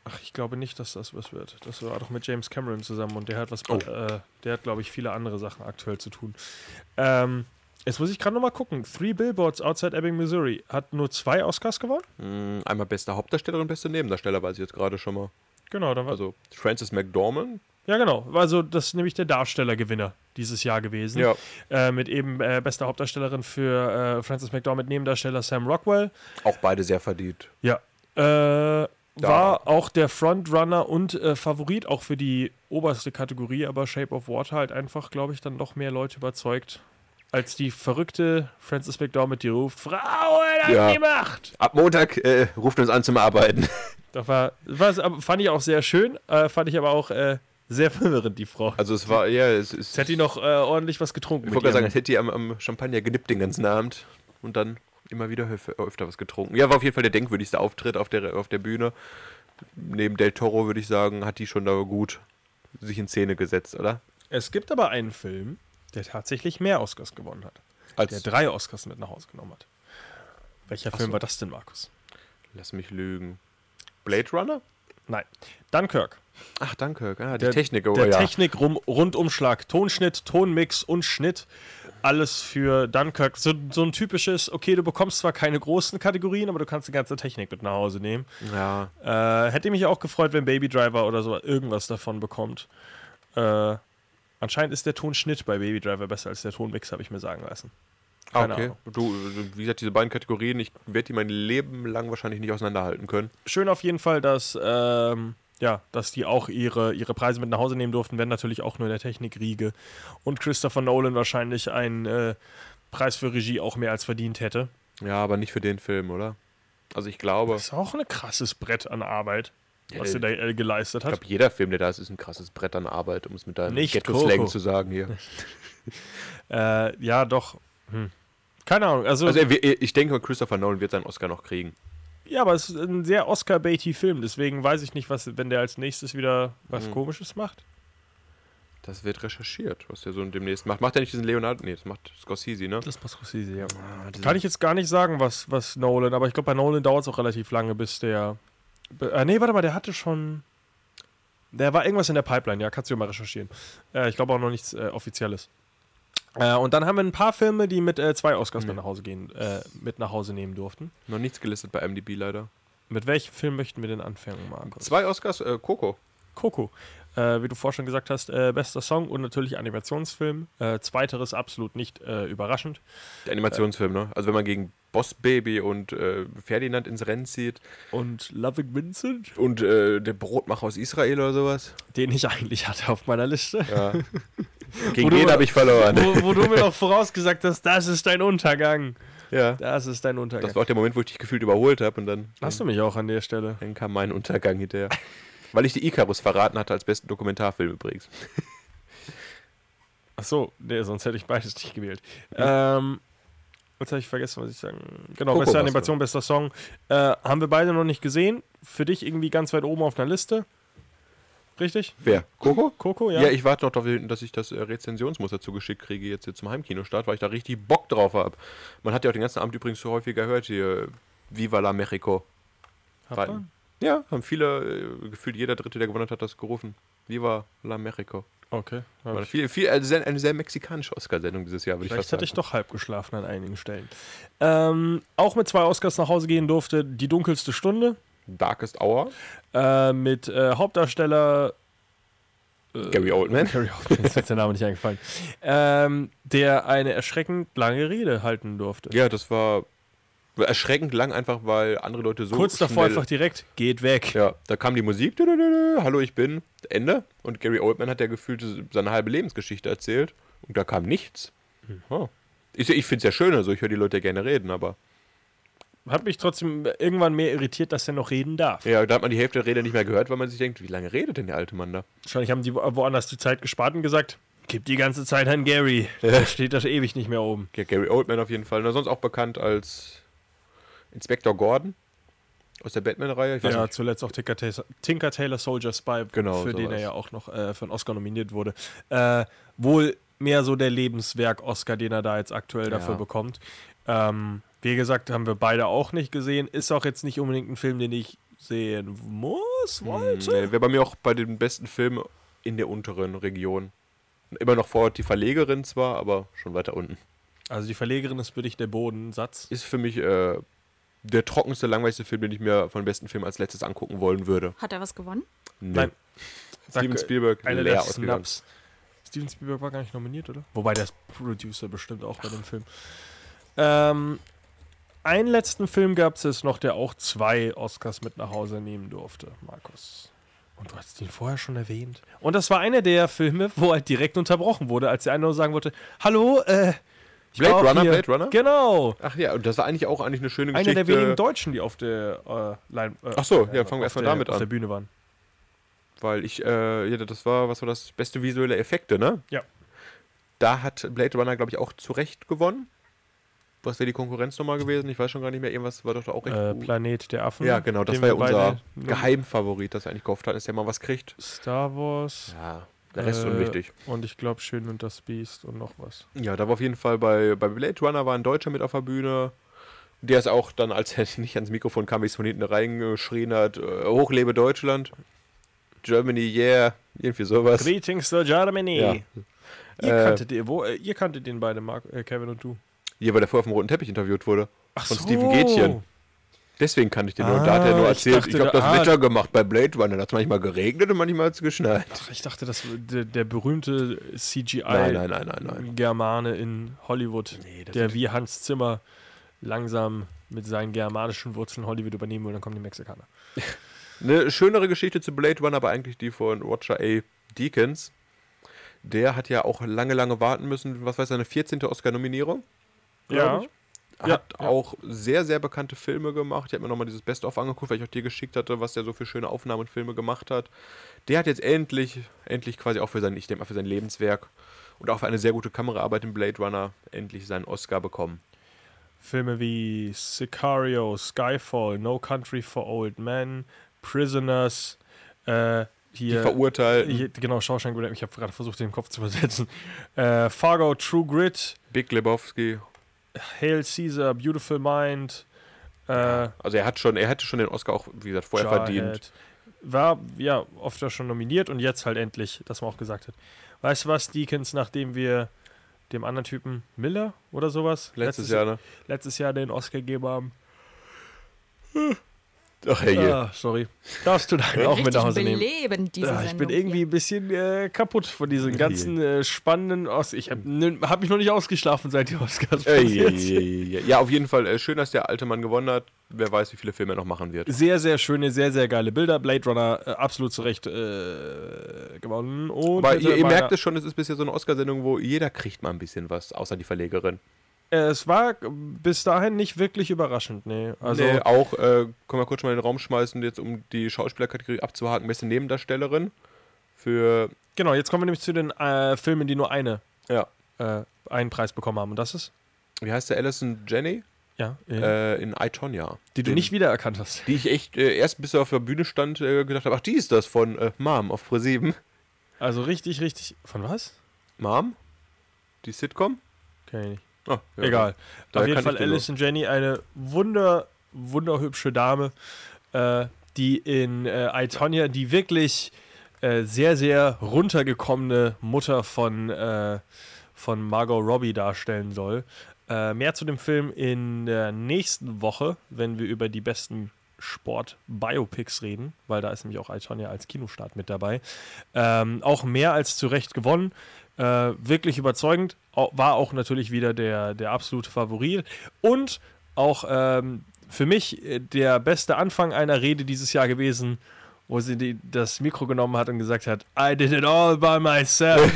C: Ach, ich glaube nicht, dass das was wird. Das war doch mit James Cameron zusammen und der hat was,
F: Oh.
C: äh, der hat, glaube ich, viele andere Sachen aktuell zu tun. Ähm, jetzt muss ich gerade nochmal gucken. Three Billboards Outside Ebbing, Missouri hat nur zwei Oscars gewonnen.
F: Mm, Einmal beste Hauptdarstellerin, beste Nebendarsteller, weiß ich jetzt gerade schon mal.
C: Genau, dann war
F: Also Frances McDormand.
C: Ja, genau. Also, das ist nämlich der Darstellergewinner dieses Jahr gewesen.
F: Ja.
C: Äh, mit eben äh, bester Hauptdarstellerin für äh, Frances McDormand, Nebendarsteller Sam Rockwell.
F: Auch beide sehr verdient.
C: Ja. Äh, war auch der Frontrunner und äh, Favorit auch für die oberste Kategorie, aber Shape of Water halt einfach, glaube ich, dann noch mehr Leute überzeugt, als die verrückte Frances McDormand, die ruft, Frauen an
F: Ja.
C: die Macht!
F: Ab Montag äh, ruft uns an zum Arbeiten.
C: Das war, was, aber fand ich auch sehr schön, äh, fand ich aber auch äh, sehr verwirrend, die Frau.
F: Also es war, ja, es ist.
C: Jetzt hätte die noch äh, ordentlich was getrunken.
F: ich
C: mit
F: wollte gerade sagen,
C: ihrem-
F: es hätte die am, am Champagner genippt den ganzen Abend und dann immer wieder höf- öfter was getrunken. Ja, war auf jeden Fall der denkwürdigste Auftritt auf der, auf der Bühne. Neben Del Toro würde ich sagen, hat die schon da gut sich in Szene gesetzt, oder?
C: ne? Es gibt aber einen Film, der tatsächlich mehr Oscars gewonnen hat.
F: Als
C: Der drei Oscars mit nach Hause genommen hat. Welcher Film
F: so.
C: war das denn, Markus?
F: Lass mich lügen. Blade Runner?
C: Nein. Dunkirk.
F: Ach, danke. Ah, die
C: Der,
F: Technik,
C: der Technik rum, Rundumschlag. Tonschnitt, Tonmix und Schnitt. Alles für Dunkirk. So, so ein typisches, okay, du bekommst zwar keine großen Kategorien, aber du kannst die ganze Technik mit nach Hause nehmen.
F: ja.
C: Äh, hätte mich auch gefreut, wenn Baby Driver oder so irgendwas davon bekommt. Äh, anscheinend ist der Tonschnitt bei Baby Driver besser als der Tonmix, habe ich mir sagen lassen.
F: Ah,
C: keine
F: okay.
C: Ahnung.
F: Du, wie gesagt, diese beiden Kategorien, ich werde die mein Leben lang wahrscheinlich nicht auseinanderhalten können.
C: schön auf jeden Fall, dass, ähm, ja, dass die auch ihre, ihre Preise mit nach Hause nehmen durften, wenn natürlich auch nur in der Technikriege. Und Christopher Nolan wahrscheinlich einen äh, Preis für Regie auch mehr als verdient hätte.
F: Ja, aber nicht für den Film, oder? Also ich glaube,
C: Das ist auch ein krasses Brett an Arbeit, was
F: Ja,
C: er da äh, geleistet
F: ich
C: hat.
F: glaube, jeder Film, der da ist, ist ein krasses Brett an Arbeit, um es mit deinem
C: Nicht
F: Ghetto-Slang
C: Coco.
F: zu sagen hier.
C: Äh, ja, doch. Hm. Keine Ahnung. Also,
F: Also er, wir- ich denke, Christopher Nolan wird seinen Oscar noch kriegen.
C: ja, aber es ist ein sehr Oscar-baity Film, deswegen weiß ich nicht, was, wenn der als nächstes wieder was
F: Mhm.
C: Komisches macht.
F: Das wird recherchiert, was der so demnächst macht. Macht er nicht diesen Leonardo? Nee, das macht Scorsese, ne?
C: Das passt Scorsese, ja.
F: Ah, diese-
C: Kann ich jetzt gar nicht sagen, was, was Nolan, aber ich glaube, bei Nolan dauert es auch relativ lange, bis der. Be- Äh, nee, warte mal, der hatte schon. Der war irgendwas in der Pipeline, ja, kannst du ja mal recherchieren. Äh, ich glaube auch noch nichts äh, Offizielles. Äh, und dann haben wir ein paar Filme, die mit äh, zwei Oscars mit nach Hause gehen, äh, mit nach Hause nehmen durften.
F: noch nichts gelistet bei MDB leider.
C: Mit welchem Film möchten wir denn anfangen, Markus?
F: Zwei Oscars, äh, Coco.
C: Coco. Äh, wie du vorhin schon gesagt hast, äh, bester Song und natürlich Animationsfilm. Äh, zweiteres absolut nicht äh, überraschend.
F: Der Animationsfilm, ne? Also wenn man gegen Boss Baby und äh, Ferdinand ins Rennen zieht
C: Und Loving Vincent,
F: und äh, der Brotmacher aus Israel oder sowas.
C: den ich eigentlich hatte auf meiner Liste.
F: Ja.
C: Wo
F: gegen
C: du-
F: den habe ich verloren.
C: wo, wo du mir noch vorausgesagt hast, das ist dein Untergang.
F: Ja.
C: Das ist dein Untergang.
F: Das war auch der Moment, wo ich dich gefühlt überholt habe und dann,
C: Hast du mich auch an der Stelle?
F: dann kam mein Untergang hinterher. Weil ich die Icarus verraten hatte als besten Dokumentarfilm übrigens.
C: Ach so, nee, sonst hätte ich beides nicht gewählt. Ähm, jetzt habe ich vergessen, was ich sagen. Genau,
F: Coco
C: beste
F: war's,
C: Animation, bester Song. Äh, haben wir beide noch nicht gesehen. Für dich irgendwie ganz weit oben auf einer Liste. richtig?
F: Wer? Coco?
C: Coco, ja.
F: Ja, ich warte noch darauf, hin, dass ich das äh, Rezensionsmuster zugeschickt kriege jetzt hier zum Heimkinostart, weil ich da richtig Bock drauf habe. Man hat ja auch den ganzen Abend übrigens so häufiger gehört hier, äh, Viva la Mexico.
C: Hat
F: Weil-
C: man?
F: Ja, haben viele, äh, gefühlt jeder Dritte, der gewonnen hat, hat das gerufen. Viva la Mexico.
C: Okay.
F: War viel, viel, also sehr, eine sehr mexikanische Oscar-Sendung dieses Jahr, würde ich fast
C: Vielleicht
F: sagen.
C: hätte ich doch halb geschlafen an einigen Stellen. Ähm, auch mit zwei Oscars nach Hause gehen durfte Die dunkelste Stunde
F: Darkest Hour,
C: äh, mit äh, Hauptdarsteller Äh,
F: Gary Oldman.
C: Harry Hoffman, ist jetzt der Name nicht eingefallen, ähm, der eine erschreckend lange Rede halten durfte.
F: Ja, das war erschreckend lang, einfach weil andere Leute so
C: Kurz davor
F: schnell-
C: einfach direkt, geht weg.
F: Ja, da kam die Musik, dü- dü- dü- dü, hallo, ich bin, Ende. Und Gary Oldman hat ja gefühlt seine halbe Lebensgeschichte erzählt und da kam nichts. Oh. Ich, ich finde es ja schön, also ich höre die Leute ja gerne reden, aber
C: Hat mich trotzdem irgendwann mehr irritiert, dass er noch reden darf.
F: ja, da hat man die Hälfte der Rede nicht mehr gehört, weil man sich denkt, wie lange redet denn der alte Mann da?
C: Wahrscheinlich haben die wo- woanders die Zeit gespart und gesagt, gib die ganze Zeit an Gary. Da steht das ewig nicht mehr oben.
F: Ja, Gary Oldman auf jeden Fall, Na, sonst auch bekannt als Inspektor Gordon aus der Batman-Reihe. Ich weiß
C: Ja,
F: nicht.
C: zuletzt auch Tinker Taylor, Tinker Taylor Soldier Spy,
F: Genau,
C: für den er
F: sowas.
C: ja auch noch äh, für einen Oscar nominiert wurde. Äh, wohl mehr so der Lebenswerk-Oscar, den er da jetzt aktuell dafür bekommt. Ähm, wie gesagt, haben wir beide auch nicht gesehen. Ist auch jetzt nicht unbedingt ein Film, den ich sehen muss, wollte.
F: hm, Nee, Wäre bei mir auch bei den besten Filmen in der unteren Region. Immer noch vor die Verlegerin zwar, aber schon weiter unten.
C: Also die Verlegerin ist für dich der Bodensatz.
F: ist für mich äh, der trockenste, langweiligste Film, den ich mir von besten Filmen als letztes angucken wollen würde.
E: Hat er was gewonnen?
F: Nee.
C: Nein.
F: Steven Spielberg
C: Eine
F: leer
C: der
F: ausgegangen.
C: Snaps. Steven Spielberg war gar nicht nominiert, oder? Wobei der ist Producer bestimmt auch bei dem Film. Ähm, einen letzten Film gab es jetzt noch, der auch zwei Oscars mit nach Hause nehmen durfte, Markus. Und du hast ihn vorher schon erwähnt. Und das war einer der Filme, wo halt direkt unterbrochen wurde, als der eine nur sagen wollte: Hallo, äh. ich
F: Blade
C: war auch
F: Runner,
C: hier."
F: Blade Runner?
C: Genau.
F: Ach ja, und das war eigentlich auch eigentlich eine schöne
C: Einer
F: Geschichte.
C: der wenigen Deutschen, die auf der äh, Lein äh,
F: Ach so, ja, fangen wir
C: auf
F: erstmal
C: der-
F: damit
C: auf der
F: an.
C: Bühne waren.
F: Weil ich, äh, ja, das war, was war das? Beste visuelle Effekte, ne?
C: Ja.
F: Da hat Blade Runner, glaube ich, auch zu Recht gewonnen. Was wäre die Konkurrenz nochmal gewesen? Ich weiß schon gar nicht mehr. Irgendwas war doch da auch recht.
C: Äh,
F: gut.
C: Planet der Affen.
F: ja, genau, das
C: den
F: war ja
C: wir
F: unser
C: beide-
F: Geheimfavorit, das wir eigentlich gehofft hatten, dass der mal was kriegt.
C: Star Wars.
F: Ja, der Rest ist
C: äh,
F: unwichtig.
C: Und ich glaube, Schön und das Biest und noch was.
F: Ja, da war auf jeden Fall bei, bei Blade Runner war ein Deutscher mit auf der Bühne. Der ist auch dann, als er nicht ans Mikrofon kam, wie es von hinten reingeschrien hat, äh, hochlebe Deutschland, Germany, yeah, irgendwie sowas.
C: Greetings to Germany.
F: Ja.
C: Ihr,
F: Äh,
C: kanntet den, wo, äh, ihr kanntet den beide, Mark, äh, Kevin und du.
F: Ja, weil der vorher auf dem roten Teppich interviewt wurde.
C: Ach
F: von Steven Gätchen. Deswegen kannte ich den nur. Und da hat er
C: Ah,
F: nur
C: ich
F: erzählt, ich,
C: dachte,
F: habe das
C: da- ah.
F: Wetter gemacht bei Blade Runner. Da hat es manchmal geregnet und manchmal hat es geschneit.
C: Ach, ich dachte, das der, der berühmte
F: Nein, nein, nein, nein, nein.
C: CGI-Germane in Hollywood,
F: Nee, das
C: der wie Hans Zimmer langsam mit seinen germanischen Wurzeln Hollywood übernehmen will, dann kommen die Mexikaner.
F: Eine schönere Geschichte zu Blade Runner, aber eigentlich die von Roger A. Deakins. Der hat ja auch lange, lange warten müssen. Was war seine 14. Oscar-Nominierung? Glaub ich.
C: Ja,
F: Hat auch sehr, sehr bekannte Filme gemacht. Ich habe mir nochmal dieses Best-of angeguckt, weil ich auch dir geschickt hatte, was der so für schöne Aufnahmen und Filme gemacht hat. Der hat jetzt endlich, endlich quasi auch für sein, ich denke mal, für sein Lebenswerk und auch für eine sehr gute Kameraarbeit in Blade Runner endlich seinen Oscar bekommen.
C: Filme wie Sicario, Skyfall, No Country for Old Men, Prisoners, äh,
F: Die
C: hier,
F: Verurteilten,
C: hier genau Shawshank Redemption. Ich habe gerade versucht, den im Kopf zu übersetzen. Äh, Fargo, True Grit,
F: Big Lebowski.
C: Hail Caesar, Beautiful Mind, äh,
F: Also er hat schon, er hätte schon den Oscar auch, wie gesagt, vorher verdient.
C: Jarhead. War ja oft ja schon nominiert und jetzt halt endlich, dass man auch gesagt hat. Weißt du was, Deakins, nachdem wir dem anderen Typen Miller oder sowas
F: Letztes Jahr, ne?
C: letztes Jahr den Oscar gegeben haben,
F: Ach herrje.
C: Ah, sorry. Darfst du dann auch mit
E: Richtig
C: nach Hause nehmen?
E: belebend, diese
C: Ja, Ah, ich bin
E: Sendung.
C: irgendwie ein bisschen äh, kaputt von diesen ganzen äh, spannenden Oscars. Ich habe hab mich noch nicht ausgeschlafen, seit die Oscars
F: Ey,
C: passiert
F: ey,
C: sind.
F: ey, ey. Ja, auf jeden Fall äh, schön, dass der alte Mann gewonnen hat. Wer weiß, wie viele Filme er noch machen wird.
C: Sehr, sehr schöne, sehr, sehr geile Bilder. Blade Runner äh, absolut zu Recht äh, gewonnen. Und
F: Aber
C: hätte
F: ihr, ihr
C: meiner-
F: merkt es schon, es ist bisher so eine Oscarsendung, wo jeder kriegt mal ein bisschen was, außer die Verlegerin.
C: Äh, es war bis dahin nicht wirklich überraschend. Nee, also
F: Also auch, äh, können wir kurz schon mal in den Raum schmeißen, jetzt um die Schauspielerkategorie abzuhaken, beste Nebendarstellerin für,
C: genau, jetzt kommen wir nämlich zu den äh, Filmen, die nur eine,
F: ja,
C: äh, einen Preis bekommen haben. Und das ist?
F: wie heißt der, Alison Jenny?
C: Ja, äh,
F: äh, in Itonia.
C: die du
F: Den-
C: nicht wiedererkannt hast.
F: Die ich echt äh, erst bis er auf der Bühne stand, äh, gedacht habe, ach, die ist das von äh, Mom auf ProSieben.
C: Also richtig, richtig. Von was?
F: Mom? Die Sitcom?
C: Kenn ich nicht.
F: Ah, ja.
C: Egal.
F: Daher
C: Auf jeden
F: kannte
C: Fall
F: ich den
C: Alice und Jenny, eine wunder, wunderhübsche Dame, äh, die in äh, Itonia, die wirklich äh, sehr, sehr runtergekommene Mutter von, äh, von Margot Robbie darstellen soll. Äh, mehr zu dem Film in der nächsten Woche, wenn wir über die besten Sport-Biopics reden, weil da ist nämlich auch Itonia als Kinostart mit dabei. Ähm, auch mehr als zu Recht gewonnen. Äh, wirklich überzeugend. Au- War auch natürlich wieder der, der absolute Favorit. Und auch ähm, für mich äh, der beste Anfang einer Rede dieses Jahr gewesen, wo sie die, das Mikro genommen hat und gesagt hat: I did it all by myself.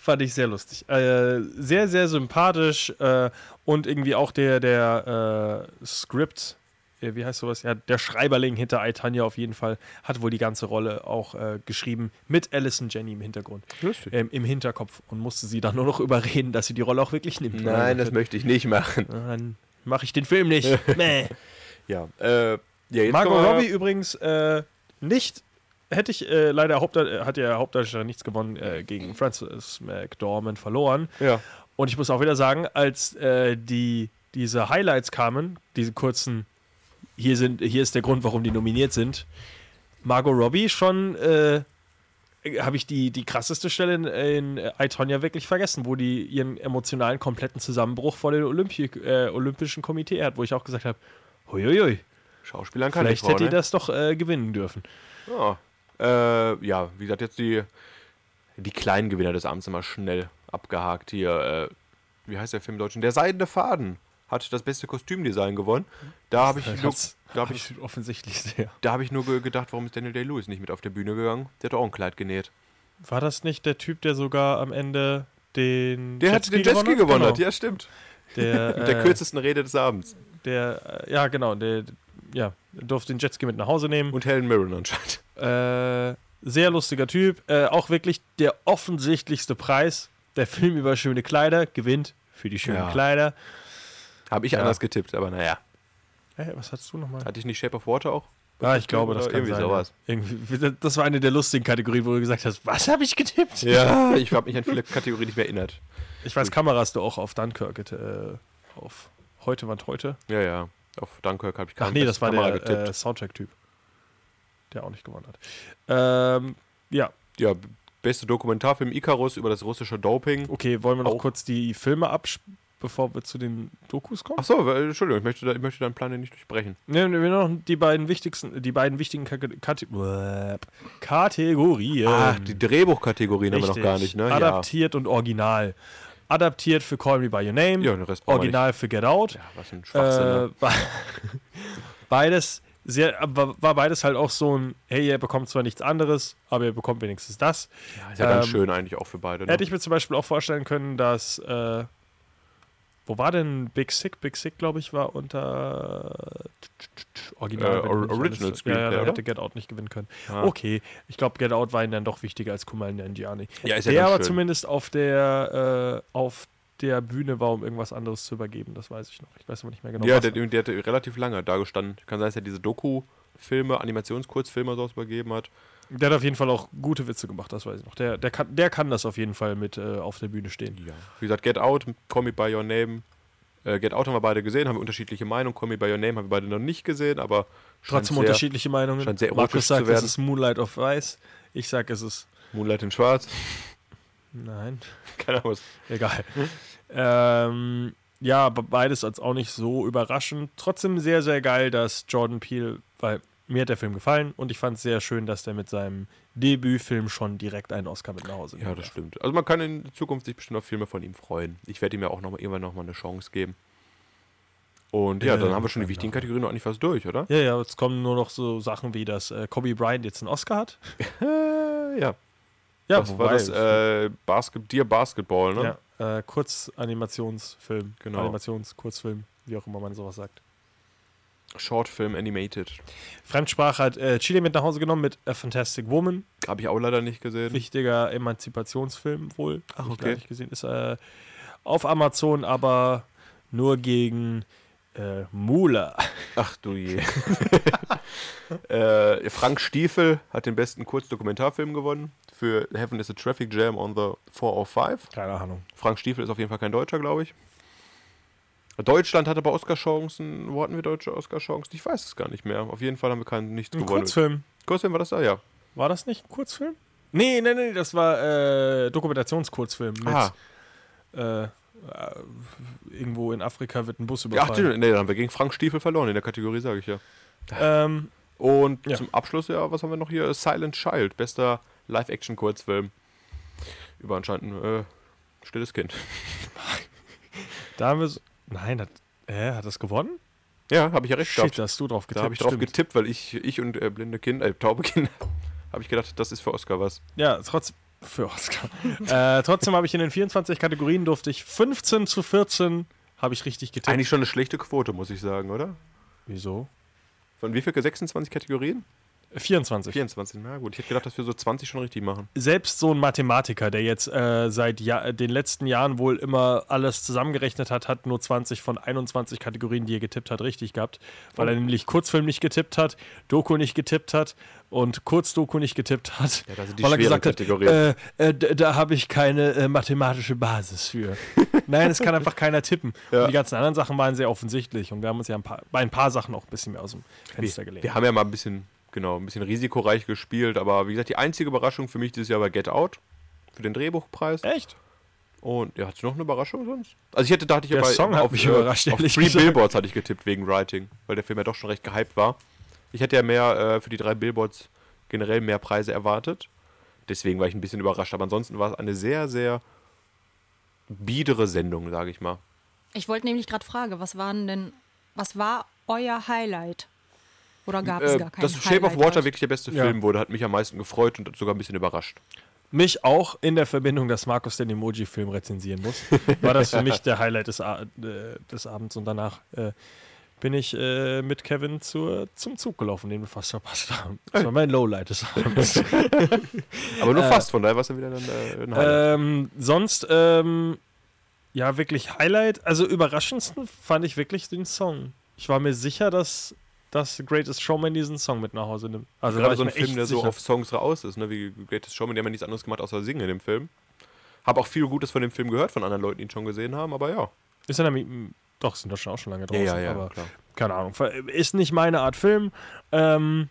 C: Fand ich sehr lustig. Äh, sehr, sehr sympathisch äh, und irgendwie auch der, der äh, Script, äh, wie heißt sowas? Ja, der Schreiberling hinter Itania auf jeden Fall hat wohl die ganze Rolle auch äh, geschrieben mit Alison Jenny im Hintergrund,
F: Lustig.
C: ähm, im Hinterkopf und musste sie dann nur noch überreden, dass sie die Rolle auch wirklich nimmt.
F: Nein, das möchte ich nicht machen.
C: Dann mache ich den Film nicht. nee.
F: Ja. Äh, ja jetzt
C: Margot
F: kommen wir-
C: Robbie übrigens äh, nicht. Hätte ich äh, leider Hauptdar hat ja Hauptdarsteller nichts gewonnen äh, gegen Frances McDormand verloren.
F: Ja.
C: Und ich muss auch wieder sagen, als äh, die, diese Highlights kamen, diese kurzen, hier, sind, hier ist der Grund, warum die nominiert sind, Margot Robbie schon, äh, habe ich die, die krasseste Stelle in, in äh, I, Tonya wirklich vergessen, wo die ihren emotionalen kompletten Zusammenbruch vor dem Olympi äh, Olympischen Komitee hat, wo ich auch gesagt habe, huiuiui,
F: Schauspielern kann
C: vielleicht
F: die Frau,
C: hätte die
F: ne?
C: das doch äh, gewinnen dürfen.
F: Ja. Äh, ja, wie gesagt, jetzt die, die kleinen Gewinner des Abends immer schnell abgehakt hier. Äh, wie heißt der Film im Deutschen? Der Seidene Faden hat das beste Kostümdesign gewonnen. Da habe ich, nur-
C: Das
F: da hab
C: habe
F: ich,
C: ich offensichtlich sehr.
F: da hab ich nur ge- gedacht, warum ist Daniel Day-Lewis nicht mit auf der Bühne gegangen? Der hat auch ein Kleid genäht.
C: War das nicht der Typ, der sogar am Ende den
F: Der hat den Jetski gewonnen, hat.
C: Genau.
F: ja stimmt.
C: Der,
F: Mit der
C: äh,
F: kürzesten Rede des Abends.
C: Der, äh, ja, genau, der, ja, durfte den Jetski mit nach Hause nehmen.
F: Und Helen Mirren anscheinend.
C: äh, sehr lustiger Typ. Äh, auch wirklich der offensichtlichste Preis. Der Film über schöne Kleider gewinnt für die schönen
F: Ja.
C: Kleider.
F: Habe ich
C: Ja.
F: anders getippt, aber naja.
C: Äh, was hattest du nochmal?
F: Hatte ich nicht Shape of Water auch?
C: Ah, ich glaube, das
F: Oder
C: kann
F: irgendwie
C: sein.
F: sowas.
C: Irgendwie, das war eine der lustigen Kategorien, wo du gesagt hast, was habe ich getippt?
F: Ja, ich habe mich an viele Kategorien nicht mehr erinnert.
C: Ich weiß, Kamera hast du auch auf Dunkirk, äh, auf Heute Wand Heute.
F: Ja, ja. Auf Dunkirk habe ich
C: Ach
F: keine
C: nee, das war
F: Kamera
C: der
F: getippt.
C: äh, Soundtrack-Typ, der auch nicht gewonnen hat. Ähm, ja,
F: ja, b- beste Dokumentarfilm Icarus über das russische Doping.
C: Okay, wollen wir noch
F: Auch.
C: kurz die Filme absch, bevor wir zu den Dokus kommen?
F: Achso, Entschuldigung, ich möchte, da, ich möchte deinen Plan ja nicht durchbrechen.
C: Ne, ne, wir noch die beiden wichtigsten, die beiden wichtigen Kate Kate Bläp. Kategorien.
F: Ach, Ah, die Drehbuchkategorien haben wir noch
C: Richtig.
F: gar nicht, ne?
C: Adaptiert und Original. Adaptiert für Call Me By Your Name,
F: Ja, den Rest brauchen wir
C: Original für Get Out.
F: ja. ja, was ein Schwachsinn.
C: äh,
F: ne?
C: war- beides sehr, war, war beides halt auch so ein, hey, ihr bekommt zwar nichts anderes, aber ihr bekommt wenigstens das.
F: ist ja ganz
C: ähm,
F: schön eigentlich auch für beide. Ne?
C: Hätte ich mir zum Beispiel auch vorstellen können, dass. Äh, wo war denn Big Sick? Big Sick, glaube ich, war unter. Original.
F: Äh,
C: wenn
F: or-
C: mich alles-
F: Original
C: Ja,
F: Screenplay,
C: ja, da
F: oder?
C: hätte Get Out nicht gewinnen können.
F: Ah.
C: Okay, ich glaube, Get Out war ihnen dann doch wichtiger als Kumal Nanjiani.
F: Ja, ist ja
C: der
F: ganz
C: aber
F: schön.
C: zumindest auf der, äh, auf der Bühne war, um irgendwas anderes zu übergeben. Das weiß ich noch. Ich weiß aber nicht mehr genau.
F: ja,
C: was
F: der, der hat relativ lange da gestanden. Kann sein, dass er diese Doku-Filme, Animationskurzfilme so übergeben hat.
C: Der hat auf jeden Fall auch gute Witze gemacht, das weiß ich noch. Der, der, kann, der kann das auf jeden Fall mit äh, auf der Bühne stehen.
F: Ja. Wie gesagt, Get Out, Call Me By Your Name. Äh, Get Out haben wir beide gesehen, haben wir unterschiedliche Meinungen. Call Me By Your Name haben wir beide noch nicht gesehen, aber scheint
C: Trotzdem
F: sehr-
C: unterschiedliche Meinungen.
F: scheint sehr erotisch
C: Markus sagt,
F: zu werden.
C: es ist Moonlight of Weiß. Ich sag, es ist.
F: Moonlight in Schwarz.
C: Nein.
F: Keine Ahnung, was.
C: Egal.
F: Hm?
C: ähm, ja, aber beides als auch nicht so überraschend. Trotzdem sehr, sehr geil, dass Jordan Peele, weil mir hat der Film gefallen und ich fand es sehr schön, dass der mit seinem Debütfilm schon direkt einen Oscar mit nach Hause
F: Ja,
C: nimmt.
F: das stimmt. Also man kann in Zukunft sich bestimmt auf Filme von ihm freuen. Ich werde ihm ja auch noch mal, irgendwann nochmal eine Chance geben. Und ja, dann haben wir schon die wichtigen Kategorien noch nicht fast durch, oder?
C: Ja, ja, jetzt kommen nur noch so Sachen wie, dass äh, Kobe Bryant jetzt einen Oscar hat.
F: Äh, ja.
C: Ja,
F: das war das äh, Basket, Dear Basketball, ne?
C: ja, äh, Kurzanimationsfilm.
F: Genau.
C: Animationskurzfilm, wie auch immer man sowas sagt.
F: Shortfilm Animated.
C: Fremdsprache hat äh, Chile mit nach Hause genommen mit A Fantastic Woman.
F: Habe ich auch leider nicht gesehen.
C: Wichtiger Emanzipationsfilm wohl. Hab
F: Ach,
C: ich
F: okay.
C: gar nicht gesehen. Ist äh, Auf Amazon aber nur gegen äh, Mula.
F: Ach du je. äh, Frank Stiefel hat den besten Kurzdokumentarfilm gewonnen für Heaven is a Traffic Jam on the 405.
C: Keine Ahnung.
F: Frank Stiefel ist auf jeden Fall kein Deutscher, glaube ich. Deutschland hatte bei Oscar-Chancen, wo hatten wir deutsche Oscar-Chancen? Ich weiß es gar nicht mehr. Auf jeden Fall haben wir keinen nichts
C: Ein
F: gewonnen.
C: Kurzfilm.
F: Kurzfilm war das da, ja.
C: War das nicht ein Kurzfilm? Nee, nee, nee, das war äh, Dokumentationskurzfilm mit
F: Ah,
C: äh, äh, irgendwo in Afrika wird ein Bus
F: ja ach,
C: überfallen.
F: stimmt. nee, dann haben wir gegen Frank Stiefel verloren in der Kategorie, sage ich ja.
C: ähm,
F: Und
C: Ja.
F: zum Abschluss, ja, was haben wir noch hier? Silent Child, bester Live-Action-Kurzfilm. Über anscheinend ein äh, stilles Kind.
C: da haben wir so, Nein, hat, äh, hat das gewonnen?
F: Ja, habe ich ja recht
C: Shit,
F: gehabt.
C: da hast du drauf
F: Da
C: getippt.
F: habe ich drauf
C: stimmt.
F: getippt, weil ich, ich und äh, blinde Kinder, äh, taube Kinder, habe ich gedacht, das ist für Oscar was.
C: Ja, trotz für Oscar. äh, trotzdem habe ich in den 24 Kategorien durfte ich 15 zu 14 habe ich richtig getippt.
F: Eigentlich schon eine schlechte Quote, muss ich sagen, oder?
C: Wieso?
F: Von wie viel? 26 Kategorien?
C: 24.
F: 24, na gut. Ich hätte gedacht, dass wir so 20 schon richtig machen.
C: Selbst so ein Mathematiker, der jetzt äh, seit ja den letzten Jahren wohl immer alles zusammengerechnet hat, hat nur 20 von 21 Kategorien, die er getippt hat, richtig gehabt. Weil
F: Oh.
C: er nämlich Kurzfilm nicht getippt hat, Doku nicht getippt hat und Kurzdoku nicht getippt hat.
F: Ja, das sind die
C: weil er
F: schweren
C: gesagt hat, äh,
F: Kategorien.
C: äh, d- da habe ich keine äh, mathematische Basis für. Nein, es kann einfach keiner tippen.
F: Ja.
C: Und die ganzen anderen Sachen waren sehr offensichtlich und wir haben uns ja ein paar, bei ein paar Sachen auch ein bisschen mehr aus dem Fenster gelehnt.
F: Wir haben ja mal ein bisschen, genau, ein bisschen risikoreich gespielt, aber wie gesagt, die einzige Überraschung für mich dieses Jahr war Get Out für den Drehbuchpreis.
C: Echt?
F: Und ja, hat's noch eine Überraschung sonst? Also ich hätte dachte ich
C: Der
F: aber
C: Song hat
F: auf,
C: mich
F: äh,
C: überrascht,
F: auf Three
C: ehrlich gesagt.
F: Billboards hatte ich getippt wegen Writing, weil der Film ja doch schon recht gehypt war. Ich hätte ja mehr äh, für die drei Billboards generell mehr Preise erwartet. Deswegen war ich ein bisschen überrascht, aber ansonsten war es eine sehr sehr biedere Sendung, sage ich mal.
E: Ich wollte nämlich gerade fragen, was waren denn, was war euer Highlight? Oder gab es
F: Äh,
E: gar kein
F: dass Shape of
E: Highlight?
F: Water wirklich der beste
C: Ja.
F: Film wurde, hat mich am meisten gefreut und sogar ein bisschen überrascht.
C: Mich auch in der Verbindung, dass Markus den Emoji-Film rezensieren muss, war das für mich der Highlight des, A äh, des Abends. Und danach äh, bin ich äh, mit Kevin zur, zum Zug gelaufen, den wir fast verpasst haben. Das war mein Lowlight des Abends.
F: Aber
C: Äh,
F: nur fast, von daher war es dann wieder ein, äh, ein Highlight.
C: ähm, sonst, ähm, ja, wirklich Highlight. Also überraschendsten fand ich wirklich den Song. Ich war mir sicher, dass das Greatest Showman diesen Song mit nach Hause nimmt. Also war
F: Gerade
C: ich
F: so ein
C: mir
F: Film,
C: echt
F: der so
C: sicher.
F: auf Songs raus ist, ne? wie Greatest Showman, die haben ja nichts anderes gemacht außer singen in dem Film. Hab auch viel Gutes von dem Film gehört, von anderen Leuten, die ihn schon gesehen haben, aber ja.
C: Ist in Ami- doch, sind doch schon auch schon lange draußen. aber
F: klar.
C: keine Ahnung, ist nicht meine Art Film. Ähm,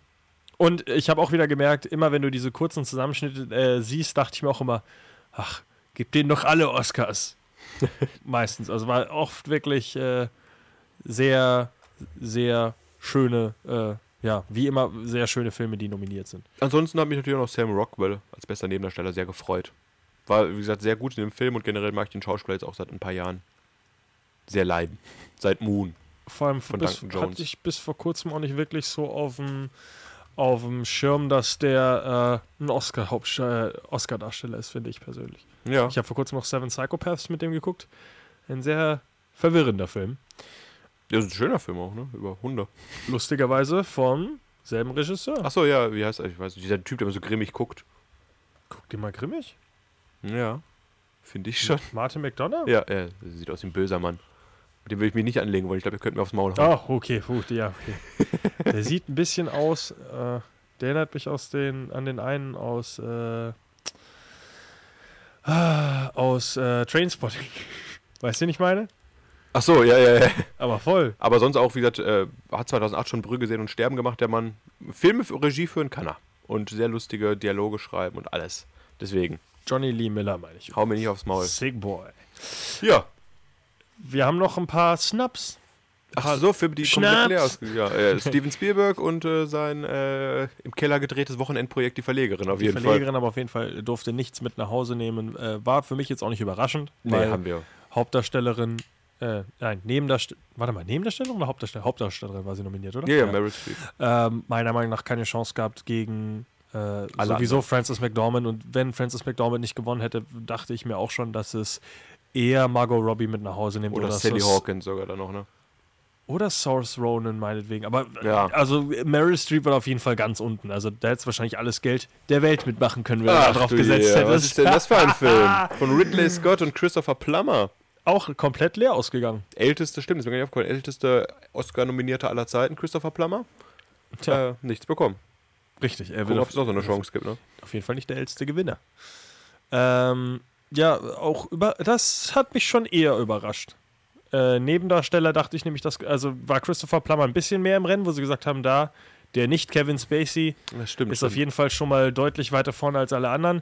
C: und ich habe auch wieder gemerkt, immer wenn du diese kurzen Zusammenschnitte äh, siehst, dachte ich mir auch immer, ach, gib denen doch alle Oscars. Meistens. Also war oft wirklich äh, sehr, sehr schöne, äh, ja, wie immer sehr schöne Filme, die nominiert sind.
F: Ansonsten hat mich natürlich auch noch Sam Rockwell als bester Nebendarsteller sehr gefreut. War, wie gesagt, sehr gut in dem Film und generell mag ich den Schauspieler jetzt auch seit ein paar Jahren sehr leiden. Seit Moon.
C: Vor allem
F: Von
C: bis,
F: Duncan Jones.
C: hatte ich bis vor kurzem auch nicht wirklich so auf dem auf dem Schirm, dass der äh, ein Oscar-Haupt- äh, Oscar-Darsteller ist, finde ich persönlich.
F: Ja.
C: Ich habe vor kurzem noch Seven Psychopaths mit dem geguckt. Ein sehr verwirrender Film.
F: Das ist ein schöner Film auch, ne? Über Hunde.
C: Lustigerweise vom selben Regisseur.
F: Achso, ja, wie heißt er? Ich weiß nicht, dieser Typ, der immer so grimmig guckt.
C: Guck dir mal grimmig.
F: Ja. Finde ich schon.
C: Martin McDonough?
F: Ja, er sieht aus wie ein böser Mann. Mit dem würde ich mich nicht anlegen wollen. Ich glaube, ihr könnt mir aufs Maul hauen.
C: Ah, okay, puh, ja, okay. Der sieht ein bisschen aus, äh, der erinnert mich aus den, an den einen aus, äh, ah, aus äh, Trainspotting. Weißt du, wen ich meine?
F: Ach so, ja, ja, ja.
C: Aber voll.
F: Aber sonst auch, wie gesagt, äh, hat 2008 schon Brügge sehen und Sterben gemacht, der Mann. Filme für Regie führen kann er. Und sehr lustige Dialoge schreiben und alles. Deswegen,
C: Johnny Lee Miller, meine ich.
F: hau mir nicht aufs Maul.
C: Sick Boy.
F: Ja.
C: Wir haben noch ein paar Snaps.
F: Ach so, Filme, die
C: Schnaps.
F: komplett leer ausgegangen ja, äh, Steven Spielberg und äh, sein äh, im Keller gedrehtes Wochenendprojekt Die Verlegerin auf
C: Die
F: jeden
C: Verlegerin aber auf jeden Fall durfte nichts mit nach Hause nehmen. Äh, war für mich jetzt auch nicht überraschend,
F: Fall.
C: weil
F: Nee, haben wir.
C: Hauptdarstellerin, äh, nein, Nebendarstellerin, warte mal, Nebendarstellerin oder Hauptdarstellerin? Hauptdarstellerin war sie nominiert, oder?
F: Ja, ja, Meryl Streep.
C: Ähm, meiner Meinung nach keine Chance gehabt gegen äh, sowieso
F: anderen.
C: Frances McDormand. Und wenn Frances McDormand nicht gewonnen hätte, dachte ich mir auch schon, dass es eher Margot Robbie mit nach Hause nimmt.
F: Oder
C: es
F: Sally
C: ist-
F: Hawkins sogar dann noch, ne?
C: Oder Source Ronan meinetwegen. Aber äh,
F: Ja.
C: also Meryl Streep war auf jeden Fall ganz unten. Also da hätte es wahrscheinlich alles Geld der Welt mitmachen können, wenn er
F: Ach,
C: darauf
F: du
C: gesetzt
F: je,
C: Ah, hätte.
F: Was ist denn das für ein Film? Von Ridley Scott und Christopher Plummer.
C: auch komplett leer ausgegangen.
F: Älteste, stimmt, ist mir gar nicht aufgefallen, älteste Oscar-Nominierte aller Zeiten, Christopher Plummer,
C: Tja,
F: äh, nichts bekommen.
C: richtig. Er
F: Gucken,
C: wird
F: ob
C: auf,
F: es noch so eine Chance gibt, ne?
C: auf jeden Fall nicht der älteste Gewinner. Ähm, ja, auch über das hat mich schon eher überrascht. Äh, Nebendarsteller dachte ich nämlich, dass, also war Christopher Plummer ein bisschen mehr im Rennen, wo sie gesagt haben, da, der nicht Kevin Spacey,
F: Das stimmt.
C: ist auf jeden Fall schon mal deutlich weiter vorne als alle anderen.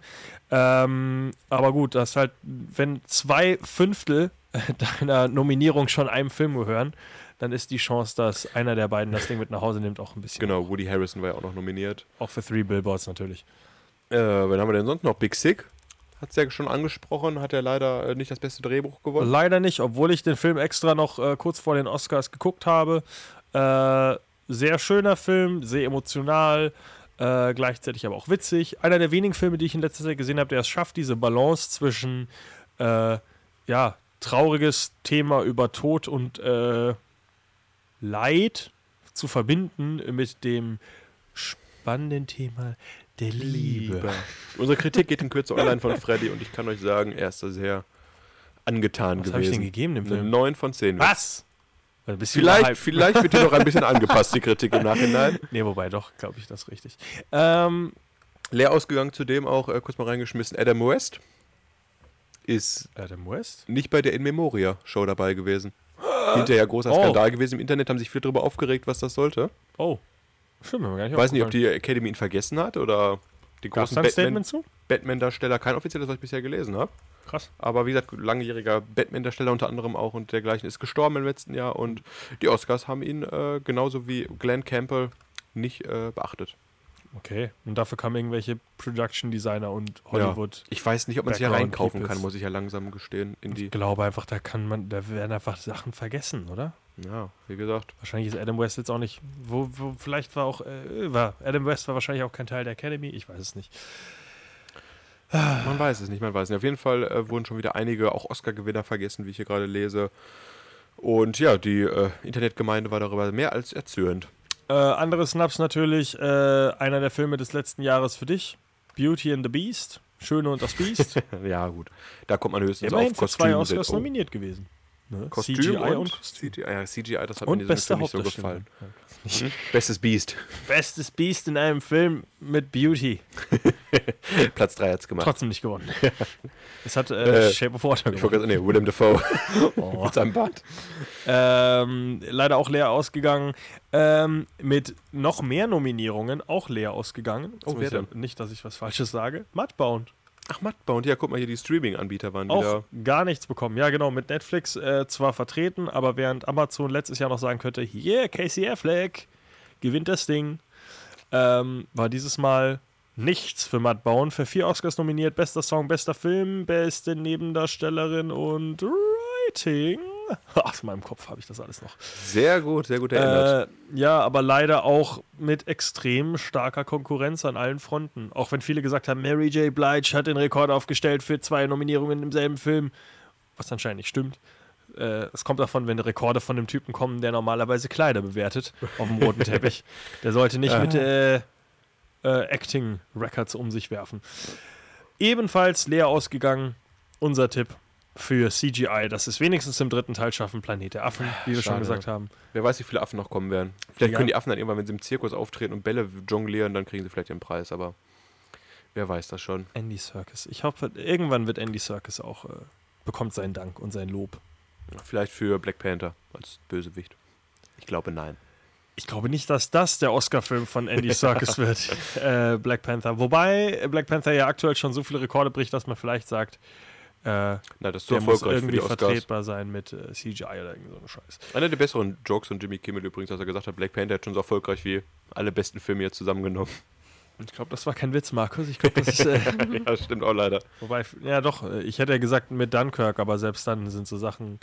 C: Ähm, aber gut, das ist halt, wenn zwei Fünftel deiner Nominierung schon einem Film gehören, dann ist die Chance, dass einer der beiden das Ding mit nach Hause nimmt, auch ein bisschen.
F: Genau, Woody Harrison war ja auch noch nominiert.
C: Auch für Three Billboards natürlich.
F: Äh, wen haben wir denn sonst noch? Big Sick hat es ja schon angesprochen, hat ja leider äh, nicht das beste Drehbuch gewonnen.
C: Leider nicht, obwohl ich den Film extra noch äh, kurz vor den Oscars geguckt habe. Äh, sehr schöner Film, sehr emotional, äh, gleichzeitig aber auch witzig. Einer der wenigen Filme, die ich in letzter Zeit gesehen habe, der es schafft, diese Balance zwischen äh, ja, trauriges Thema über Tod und äh, Leid zu verbinden mit dem spannenden Thema der Liebe.
F: Unsere Kritik geht in Kürze online von Freddy und ich kann euch sagen, er ist da sehr angetan gewesen.
C: Was habe ich denn gegeben dem
F: Eine
C: Film?
F: 9 von 10.
C: Was? Weil bist du
F: Vielleicht,
C: überhyped.
F: vielleicht wird die noch ein bisschen angepasst, die Kritik im Nachhinein.
C: Nee, wobei doch, glaube ich, das ist richtig. Ähm,
F: Leer ausgegangen zudem auch, äh, kurz mal reingeschmissen, Adam West ist
C: Adam West?
F: nicht bei der In Memoria Show dabei gewesen. Hinterher großer
C: Oh.
F: Skandal gewesen. Im Internet haben sich viele darüber aufgeregt, was das sollte.
C: Oh. Stimmt, mir gar nicht
F: Ich weiß nicht, ob
C: aufgefallen.
F: die Academy ihn vergessen hat oder die
C: Gab's
F: großen
C: da ein
F: Batman-
C: Statement zu?
F: Batman-Darsteller. kein offizielles, was ich bisher gelesen habe.
C: Krass.
F: Aber wie gesagt, langjähriger Batman-Darsteller unter anderem auch und dergleichen ist gestorben im letzten Jahr. Und die Oscars haben ihn äh, genauso wie Glenn Campbell nicht äh, beachtet.
C: Okay. Und dafür kamen irgendwelche Production Designer und Hollywood.
F: Ich weiß nicht, ob man sich hier
C: Background
F: reinkaufen
C: Peoples.
F: kann, muss ich ja langsam gestehen. In die,
C: Ich glaube einfach, da kann man, da werden einfach Sachen vergessen, oder?
F: ja, wie gesagt.
C: Wahrscheinlich ist Adam West jetzt auch nicht, wo, wo vielleicht war auch, äh, war, Adam West war wahrscheinlich auch kein Teil der Academy, ich weiß es nicht.
F: Man weiß es nicht, man weiß es nicht. Auf jeden Fall äh, wurden schon wieder einige, auch Oscar-Gewinner vergessen, wie ich hier gerade lese. Und ja, die äh, Internetgemeinde war darüber mehr als erzürnt.
C: Äh, andere Snaps natürlich, äh, einer der Filme des letzten Jahres für dich, Beauty and the Beast, Schöne und das Biest.
F: Ja, gut. Da kommt man höchstens
C: Immerhin
F: auf
C: für zwei
F: Kostüm.
C: Oscars
F: Oh,
C: nominiert gewesen. Ne?
F: Kostüm
C: CGI
F: und,
C: und Kostüm.
F: CGI, ja, CGI, das hat mir
C: Und
F: in diesem
C: bester
F: Film nicht so
C: Hauptdarsteller.
F: gefallen. Bestes Biest.
C: Bestes Biest in einem Film mit Beauty.
F: Platz 3 hat's gemacht.
C: Trotzdem nicht gewonnen. es hat äh,
F: Äh,
C: Shape of Water
F: Ich
C: gewonnen.
F: wollte gerade nee, Willem Dafoe
C: Oh.
F: mit seinem Bart.
C: Ähm, leider auch leer ausgegangen. Ähm, mit noch mehr Nominierungen auch leer ausgegangen.
F: Oh, wer denn?
C: Nicht, dass ich was Falsches sage. Mudbound.
F: Ach, Mudbound. Ja, guck mal hier, die Streaming-Anbieter waren
C: Auch
F: wieder.
C: gar nichts bekommen. Ja, genau. Mit Netflix äh, zwar vertreten, aber während Amazon letztes Jahr noch sagen könnte: Yeah, Casey Affleck gewinnt das Ding, ähm, war dieses Mal nichts für Mudbound. Für vier Oscars nominiert: bester Song, bester Film, beste Nebendarstellerin und Writing. Aus meinem Kopf habe ich das alles noch.
F: Sehr gut, sehr gut erinnert.
C: Äh, ja, aber leider auch mit extrem starker Konkurrenz an allen Fronten. Auch wenn viele gesagt haben, Mary J. Blige hat den Rekord aufgestellt für zwei Nominierungen im selben Film, was anscheinend nicht stimmt. Äh, Es kommt davon, wenn Rekorde von dem Typen kommen, der normalerweise Kleider bewertet auf dem roten Teppich. Der sollte nicht mit äh, äh, Acting Records um sich werfen. Ebenfalls leer ausgegangen, unser Tipp für CGI, dass es wenigstens im dritten Teil schaffen, Planet der Affen, wie wir schon
F: Schade.
C: gesagt haben.
F: Wer weiß, wie viele Affen noch kommen werden. Vielleicht
C: Ja.
F: können die Affen dann irgendwann, wenn sie im Zirkus auftreten und Bälle jonglieren, dann kriegen sie vielleicht den Preis, aber wer weiß das schon.
C: Andy Circus. Ich hoffe, irgendwann wird Andy Circus auch äh, bekommt seinen Dank und sein Lob.
F: Vielleicht für Black Panther als Bösewicht. Ich glaube, nein.
C: Ich glaube nicht, dass das der Oscar-Film von Andy Circus wird, äh, Black Panther. Wobei äh, Black Panther ja aktuell schon so viele Rekorde bricht, dass man vielleicht sagt, äh,
F: Nein, das ist zu
C: der muss
F: erfolgreich für
C: irgendwie
F: die Oscars.
C: vertretbar sein mit äh, CGI oder irgend so einem Scheiß.
F: Einer der besseren Jokes von Jimmy Kimmel übrigens, als er gesagt hat, Black Panther hat schon so erfolgreich wie alle besten Filme jetzt zusammengenommen.
C: Ich glaube, das war kein Witz, Markus. Ich glaube, das ist. Äh,
F: ja, stimmt auch leider.
C: Wobei, ja doch, äh, ich hätte ja gesagt mit Dunkirk, aber selbst dann sind so Sachen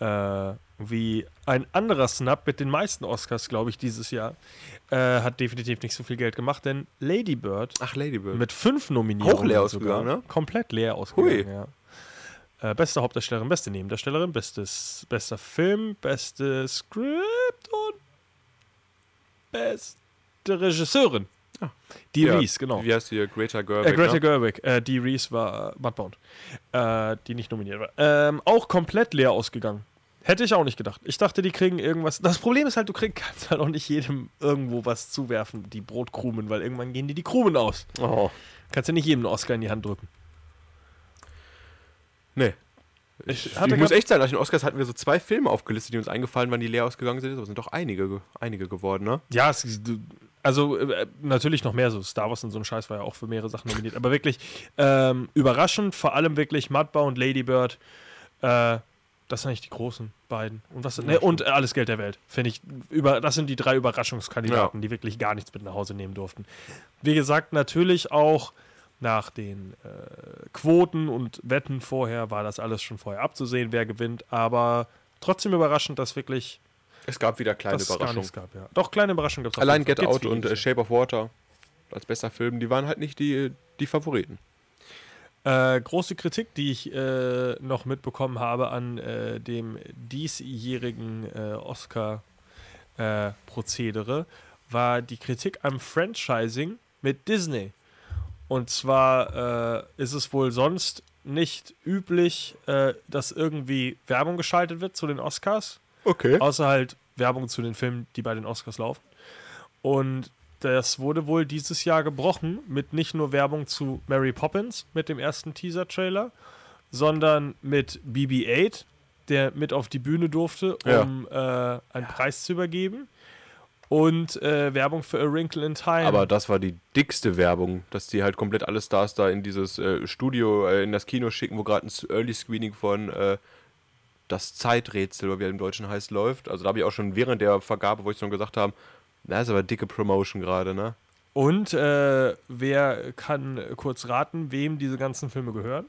C: äh, wie ein anderer Snap mit den meisten Oscars, glaube ich, dieses Jahr, äh, hat definitiv nicht so viel Geld gemacht, denn Lady Bird
F: Ach, Lady Bird.
C: mit fünf Nominierungen.
F: Auch leer
C: sogar,
F: ausgegangen, ne?
C: Komplett leer ausgegangen, ja. Äh, beste Hauptdarstellerin, beste Nebendarstellerin, bestes, bester Film, beste Skript und beste Regisseurin.
F: Ah.
C: Die Reese, genau.
F: Wie heißt die? Greta Gerwig.
C: Äh, Greta
F: ne?
C: Gerwig, äh, die Reese war äh, Mudbound, äh, die nicht nominiert war. Ähm, auch komplett leer ausgegangen. Hätte ich auch nicht gedacht. Ich dachte, die kriegen irgendwas. Das Problem ist halt, du kriegst, kannst halt auch nicht jedem irgendwo was zuwerfen, die Brotkrumen, weil irgendwann gehen dir die Krumen aus.
F: oh.
C: Kannst ja nicht jedem einen Oscar in die Hand drücken.
F: Nee.
C: Ich,
F: Ich, muss
C: grad-
F: echt sein, nach den Oscars hatten wir so zwei Filme aufgelistet, die uns eingefallen waren, die leer ausgegangen sind. Aber es sind doch einige, ge- einige geworden, ne?
C: Ja, es, du- also äh, natürlich noch mehr so. Star Wars und so ein Scheiß war ja auch für mehrere Sachen nominiert. Aber wirklich ähm, überraschend, vor allem wirklich Mudbound, Lady Bird. Äh, das sind eigentlich die großen beiden. Und, was, ne, und äh, alles Geld der Welt, finde ich. Über, das sind die drei Überraschungskandidaten, die wirklich gar nichts mit nach Hause nehmen durften. Wie gesagt, natürlich auch nach den äh, Quoten und Wetten vorher war das alles schon vorher abzusehen, wer gewinnt. Aber trotzdem überraschend, dass wirklich
F: Es gab wieder kleine
C: dass es gar
F: Überraschungen.
C: nichts gab. Ja. Doch, kleine Überraschung gab es
F: Allein Get Out und äh, Shape of Water als bester Film, die waren halt nicht die, die Favoriten.
C: Äh, große Kritik, die ich äh, noch mitbekommen habe an äh, dem diesjährigen äh, Oscar-Prozedere, war die Kritik am Franchising mit Disney. Und zwar äh, ist es wohl sonst nicht üblich, äh, dass irgendwie Werbung geschaltet wird zu den Oscars.
F: Okay.
C: Außer halt Werbung zu den Filmen, die bei den Oscars laufen. Und das wurde wohl dieses Jahr gebrochen mit nicht nur Werbung zu Mary Poppins mit dem ersten Teaser-Trailer, sondern mit BB-8, der mit auf die Bühne durfte,
F: Ja.
C: um äh, einen Preis zu übergeben. Und äh, Werbung für A Wrinkle in Time.
F: Aber das war die dickste Werbung, dass die halt komplett alle Stars da in dieses äh, Studio, äh, in das Kino schicken, wo gerade ein Early Screening von äh, das Zeiträtsel, oder wie er im Deutschen heißt, läuft. Also da habe ich auch schon während der Vergabe, wo ich schon gesagt habe, na, ist aber dicke Promotion gerade, ne?
C: Und äh, wer kann kurz raten, wem diese ganzen Filme gehören?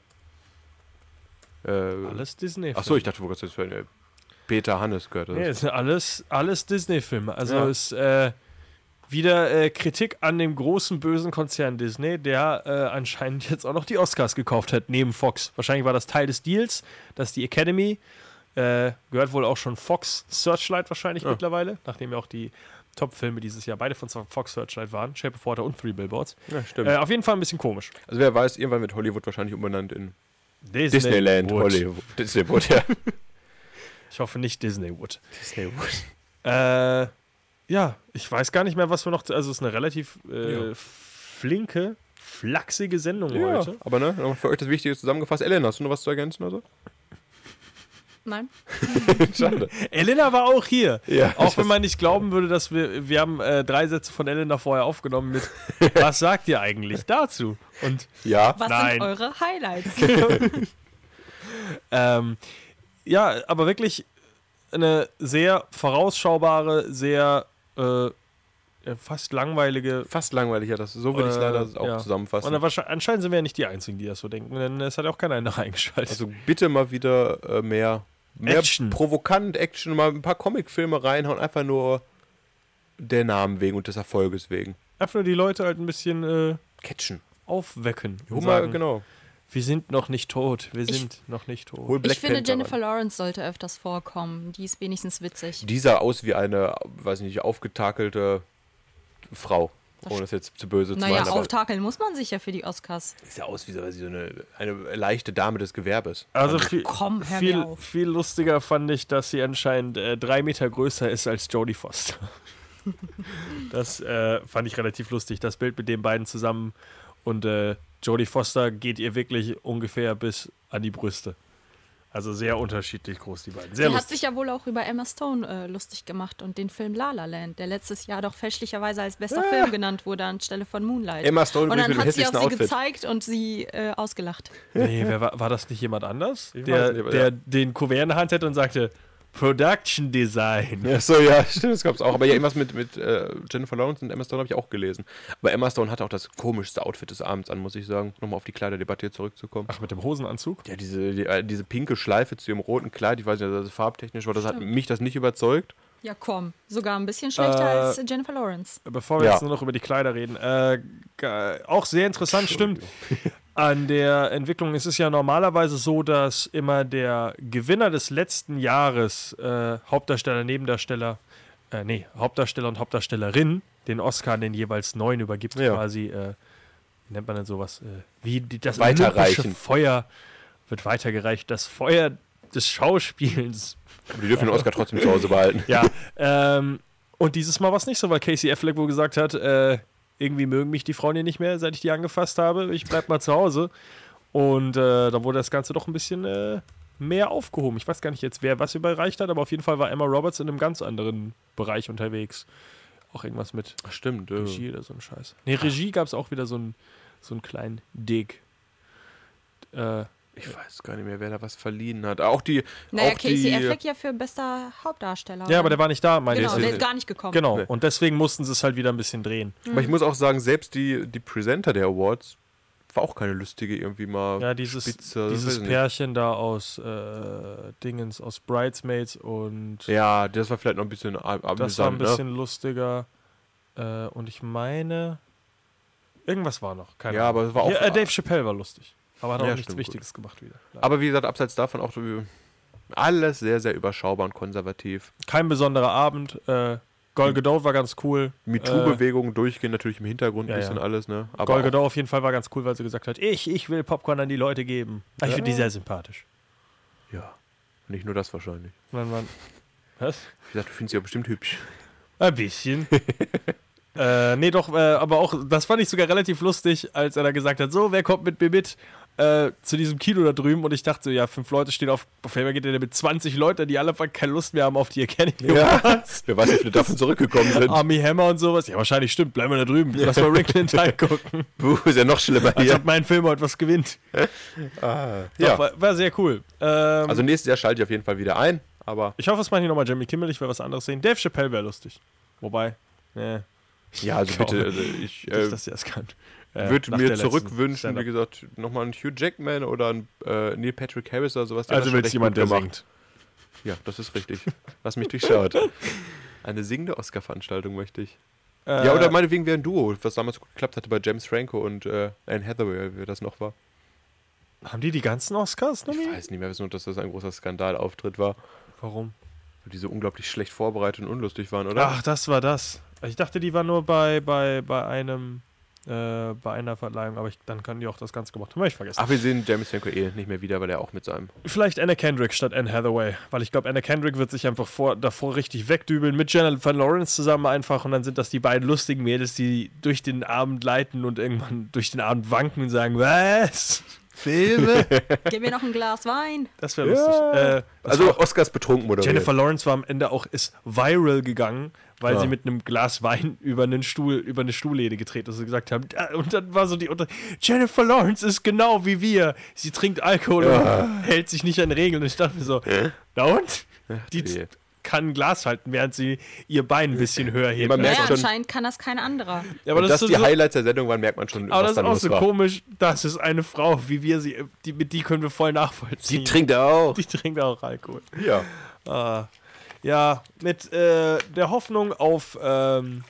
F: Äh,
C: Alles Disney-Filme.
F: achso, ich dachte, wo das äh, Peter Hannes gehört.
C: Nee,
F: Das.
C: es sind alles, alles Disney-Filme. Also
F: Ja.
C: es ist äh, wieder äh, Kritik an dem großen bösen Konzern Disney, der äh, anscheinend jetzt auch noch die Oscars gekauft hat, neben Fox. Wahrscheinlich war das Teil des Deals, dass die Academy, äh, gehört wohl auch schon Fox Searchlight wahrscheinlich mittlerweile, nachdem ja auch die Top-Filme dieses Jahr beide von Fox Searchlight waren, Shape of Water und Three Billboards.
F: Ja, stimmt.
C: Äh, auf jeden Fall ein bisschen komisch.
F: Also wer weiß, irgendwann wird Hollywood wahrscheinlich umbenannt in Disneyland,
C: Wood.
F: Hollywood. Disneywood, ja.
C: Ich hoffe nicht Disneywood.
F: Disneywood.
C: Äh, ja, ich weiß gar nicht mehr, was wir noch. zu- Also, es ist eine relativ äh,
F: Ja.
C: flinke, flachsige Sendung
F: Ja,
C: heute.
F: aber ne, nochmal für euch das Wichtige zusammengefasst. Ellen, hast du noch was zu ergänzen oder so?
E: Nein.
F: Schade.
C: Elena war auch hier.
F: Ja,
C: Auch wenn man nicht glauben würde, dass wir. Wir haben äh, drei Sätze von Elena vorher aufgenommen mit Was sagt ihr eigentlich dazu? Und
F: ja.
E: Was
C: Nein.
E: sind eure Highlights?
C: ähm, ja, aber wirklich eine sehr vorausschaubare, sehr äh, äh, fast langweilige
F: Fast langweilig, ja, das, so würde ich es
C: Äh,
F: leider auch
C: ja.
F: zusammenfassen.
C: Und dann wahrscheinlich- anscheinend sind wir ja nicht die Einzigen, die das so denken, denn es hat ja auch keiner noch eingeschaltet.
F: also bitte mal wieder äh, mehr, mehr
C: Action.
F: provokant Action, mal ein paar Comicfilme reinhauen, einfach nur der Namen wegen und des Erfolges wegen.
C: Einfach nur die Leute halt ein bisschen äh,
F: Catchen.
C: aufwecken. und
F: Hol mal,
C: sagen,
F: genau.
C: Wir sind noch nicht tot, wir
E: Ich-
C: sind noch nicht tot.
F: Hol Black
E: ich finde,
F: Panther
E: Jennifer
F: rein.
E: Lawrence sollte öfters vorkommen. Die ist wenigstens witzig.
F: Die sah aus wie eine, weiß nicht, aufgetakelte Frau. Ohne das jetzt zu böse
E: Naja,
F: zu meinen, aber
E: auftakeln muss man sich ja für die Oscars.
F: die sah aus wie so, weiß ich, so eine, eine leichte Dame des Gewerbes.
C: Also viel,
E: komm, hör mir
C: viel,
E: auf.
C: viel lustiger fand ich, dass sie anscheinend äh, drei Meter größer ist als Jodie Foster. das äh, fand ich relativ lustig, das Bild mit den beiden zusammen. Und äh, Jodie Foster geht ihr wirklich ungefähr bis an die Brüste. Also sehr unterschiedlich groß, die beiden. Sehr
E: Sie hat
C: lustig.
E: sich ja wohl auch über Emma Stone äh, lustig gemacht und den Film La La Land, der letztes Jahr doch fälschlicherweise als bester Film genannt wurde anstelle von Moonlight.
F: Ah. Äh, Emma Stone
E: und dann
F: übrigens mit dem
E: hat sie auf
F: hässlichsten
E: sie
F: Outfit.
E: gezeigt und sie äh, ausgelacht.
C: Nee, wer war, war das nicht jemand anders?
F: Ich
C: Der,
F: weiß nicht, aber
C: der
F: ja.
C: den Kuvert in der Hand hätte und sagte, Production Design.
F: Ja, so, ja, stimmt, das gab's auch. Aber ja, irgendwas mit, mit äh, Jennifer Lawrence und Emma Stone habe ich auch gelesen. Aber Emma Stone hatte auch das komischste Outfit des Abends an, muss ich sagen. Nochmal auf die Kleiderdebatte hier zurückzukommen.
C: Ach, mit dem Hosenanzug?
F: Ja, diese, die, äh, diese pinke Schleife zu ihrem roten Kleid, ich weiß nicht, also farbtechnisch war, das hat mich das nicht überzeugt.
E: Ja, komm, sogar ein bisschen schlechter
C: Äh,
E: als Jennifer Lawrence.
C: Bevor wir
F: Ja.
C: jetzt nur noch über die Kleider reden, äh, ge- auch sehr interessant, stimmt. An der Entwicklung es ist es ja normalerweise so, dass immer der Gewinner des letzten Jahres, äh, Hauptdarsteller, Nebendarsteller, äh, nee, Hauptdarsteller und Hauptdarstellerin, den Oscar an den jeweils neuen übergibt,
F: Ja.
C: quasi, äh, wie nennt man denn sowas? Äh, wie die, das
F: Weiterreichen.
C: olympische Feuer wird weitergereicht. Das Feuer des Schauspielens.
F: Aber die dürfen den Oscar trotzdem zu Hause behalten.
C: Ja. ähm, und dieses Mal war es nicht so, weil Casey Affleck wohl gesagt hat, äh, irgendwie mögen mich die Frauen hier nicht mehr, seit ich die angefasst habe. Ich bleib mal zu Hause. Und äh, da wurde das Ganze doch ein bisschen äh, mehr aufgehoben. Ich weiß gar nicht jetzt, wer was überreicht hat, aber auf jeden Fall war Emma Roberts in einem ganz anderen Bereich unterwegs. Auch irgendwas mit
F: Ach, stimmt.
C: Regie oder so ein Scheiß. Nee, Regie gab es auch wieder so einen so einen kleinen Dig. Äh,
F: Ich weiß gar nicht mehr, wer da was verliehen hat. Auch die.
E: Naja,
F: auch
E: Casey
F: die,
E: Affleck ja für bester Hauptdarsteller.
C: ja, aber
E: oder?
C: der war nicht da, meine
E: Genau,
C: ich.
E: der ist gar nicht gekommen.
C: Genau,
F: Nee.
C: und deswegen mussten sie es halt wieder ein bisschen drehen.
F: Aber ich muss auch sagen, selbst die, die Presenter der Awards war auch keine lustige irgendwie mal.
C: Ja, dieses,
F: Spitze, weiß
C: dieses
F: ich nicht.
C: Pärchen da aus äh, Dingens, aus Bridesmaids und
F: Ja, das war vielleicht noch ein bisschen am-
C: das war ein
F: amüsant. ne?
C: bisschen lustiger. Äh, und ich meine, irgendwas war noch. Keine
F: Ja,
C: Ahnung.
F: aber es war auch.
C: ja, äh, Dave Chappelle war lustig. Aber hat auch
F: Ja,
C: nichts
F: stimmt,
C: Wichtiges gemacht wieder. Leider.
F: aber wie gesagt, abseits davon auch äh, alles sehr, sehr überschaubar und konservativ.
C: Kein besonderer Abend. Äh,
F: Hm.
C: Gal Gadot war ganz cool. Äh,
F: MeToo-Bewegungen durchgehen natürlich im Hintergrund ein
C: ja, ja.
F: bisschen alles, ne? Aber
C: Gal
F: auch-
C: Gadot auf jeden Fall war ganz cool, weil sie gesagt hat, ich, ich will Popcorn an die Leute geben. Ah, Ich finde die sehr sympathisch.
F: Ja, nicht nur das wahrscheinlich.
C: Man, man, was?
F: Wie gesagt, du findest sie ja bestimmt hübsch.
C: Ein bisschen. äh, nee, doch, äh, aber auch, das fand ich sogar relativ lustig, als er da gesagt hat, so, wer kommt mit mir mit äh, zu diesem Kino da drüben? Und ich dachte so, ja, fünf Leute stehen auf, auf einmal geht er da mit 20 Leuten, die alle keine Lust mehr haben auf die Academy Awards.
F: Wer weiß, wie viele davon zurückgekommen sind.
C: Army Hammer und sowas. Ja, wahrscheinlich stimmt. Bleiben wir da drüben. Lass mal Rick Lindheim gucken.
F: Puh, ist ja noch schlimmer
C: Als
F: hier.
C: ob mein Film heute was gewinnt.
F: Ja.
C: Doch, war, war sehr cool. Ähm,
F: Also nächstes Jahr schalte ich auf jeden Fall wieder ein, aber
C: ich hoffe, es machen hier nochmal Jimmy Kimmel. Ich will was anderes sehen. Dave Chappelle wäre lustig. Wobei, ne,
F: ja, also
C: Glaube
F: bitte, also ich
C: nicht,
F: äh,
C: dass der es kann. Äh,
F: würde
C: nach
F: mir
C: der letzten
F: zurückwünschen, wie
C: Stand-up.
F: gesagt, nochmal einen Hugh Jackman oder einen äh, Neil Patrick Harris oder sowas. der hat
C: Also
F: schon
C: willst
F: recht gut
C: jemand, der
F: gemacht.
C: singt.
F: Ja, das ist richtig. Lass mich durchschaut. Eine singende Oscar-Veranstaltung möchte ich.
C: Äh,
F: ja, oder meinetwegen wäre ein Duo, was damals gut geklappt hatte bei James Franco und äh, Anne Hathaway, wer das noch war.
C: Haben die die ganzen Oscars
F: Ich
C: nominiert?
F: weiß nicht mehr, nur, dass das ein großer Skandalauftritt war.
C: Warum?
F: Weil die so unglaublich schlecht vorbereitet und unlustig waren, oder?
C: Ach, das war das. Ich dachte, die war nur bei, bei, bei einem äh, bei einer Verleihung, aber ich, dann können die auch das Ganze gemacht haben. Hab ich vergessen.
F: Ach, wir sehen James Franco eh nicht mehr wieder, weil er auch mit seinem.
C: Vielleicht Anna Kendrick statt Anne Hathaway, weil ich glaube, Anna Kendrick wird sich einfach vor, davor richtig wegdübeln mit Jennifer Lawrence zusammen einfach und dann sind das die beiden lustigen Mädels, die durch den Abend leiten und irgendwann durch den Abend wanken und sagen, was? Filme?
E: Gib mir noch ein Glas Wein.
C: Das wäre lustig. Äh, das
F: Also Oscars betrunken moderiert.
C: Jennifer Lawrence war am Ende auch ist viral gegangen, weil
F: Ja.
C: sie mit einem Glas Wein über einen Stuhl über eine Stuhllehne getreten ist und gesagt haben "Ah", und dann war so die unter Jennifer Lawrence ist genau wie wir. Sie trinkt Alkohol und hält sich nicht an Regeln und ich dachte mir so, na und? Die
F: die.
C: kann ein Glas halten, während sie ihr Bein ein bisschen höher hebt.
F: Man
E: Naja,
F: merkt schon-
E: anscheinend kann das kein anderer.
F: Aber
C: Ja, aber
F: und
C: das
F: dass
C: ist
F: die
C: so,
F: Highlights der Sendung waren, merkt man schon,
C: aber
F: was
C: das ist
F: dann
C: auch
F: los
C: so
F: war.
C: komisch, das ist eine Frau, wie wir sie die, mit die können wir voll nachvollziehen.
F: Die trinkt er auch.
C: die trinkt auch Alkohol.
F: Ja.
C: Ah, ja, mit äh, der Hoffnung auf ähm,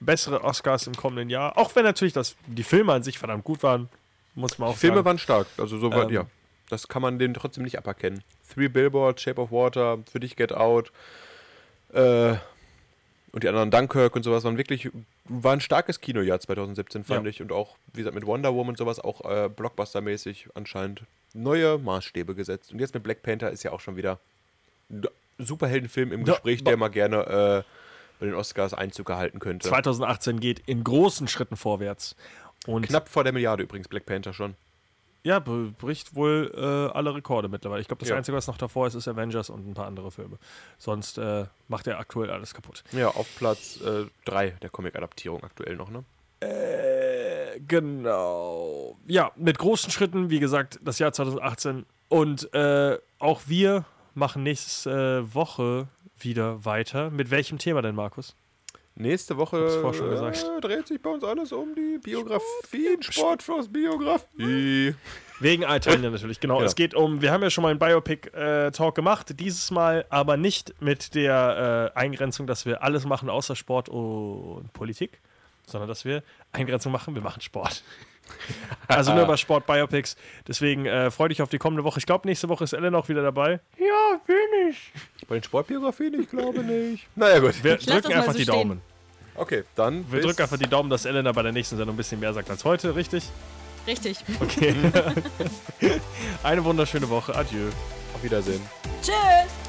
C: bessere Oscars im kommenden Jahr. Auch wenn natürlich das, die Filme an sich verdammt gut waren, muss man auch
F: Die Filme
C: sagen.
F: waren stark. Also so war-
C: Ähm.
F: ja. Das kann man denen trotzdem nicht aberkennen. Three Billboards, Shape of Water, Für dich Get Out. Äh, und die anderen Dunkirk und sowas waren wirklich, war ein starkes Kinojahr 2017, fand
C: Ja.
F: ich. Und auch, wie gesagt, mit Wonder Woman und sowas auch äh, Blockbuster-mäßig anscheinend neue Maßstäbe gesetzt. Und jetzt mit Black Panther ist ja auch schon wieder ein Superheldenfilm im
C: Ja,
F: Gespräch,
C: wa-
F: der mal gerne äh, bei den Oscars Einzug erhalten könnte.
C: 2018 geht in großen Schritten vorwärts. Und
F: Knapp vor der Milliarde übrigens, Black Panther schon.
C: ja, be- bricht wohl äh, alle Rekorde mittlerweile. Ich glaube, das
F: Ja.
C: Einzige, was noch davor ist, ist Avengers und ein paar andere Filme. Sonst äh, macht er aktuell alles kaputt.
F: Ja, auf Platz 3 der Comic-Adaptierung aktuell noch, ne?
C: Äh, Genau. Ja, mit großen Schritten, wie gesagt, das Jahr 2018. Und äh, auch wir machen nächste äh, Woche wieder weiter. Mit welchem Thema denn, Markus?
F: Nächste Woche
C: Hab's vorher schon gesagt.
F: Äh, dreht sich bei uns alles um die Biografien, Sport, fürs Biografie.
C: Wegen Altalia natürlich, genau.
F: Ja.
C: Es geht um, wir haben ja schon mal einen Biopic-Talk gemacht, dieses Mal aber nicht mit der äh, Eingrenzung, dass wir alles machen außer Sport und Politik, sondern dass wir Eingrenzung machen, wir machen Sport. also nur über Sport-Biopics. Deswegen äh, freue dich auf die kommende Woche. Ich glaube, nächste Woche ist Ellen auch wieder dabei. Ja, bin ich.
F: Bei den Sportbiografien, ich glaube nicht. Naja, gut.
C: Wir
E: lass
C: drücken
E: das mal
C: einfach
E: so
C: die
E: stehen.
C: Daumen.
F: Okay, dann.
C: Wir
F: bis-
C: drücken einfach die Daumen, dass Elena bei der nächsten Sendung ein bisschen mehr sagt als heute, richtig?
E: Richtig.
C: Okay. Eine wunderschöne Woche. Adieu.
F: Auf Wiedersehen.
E: Tschüss.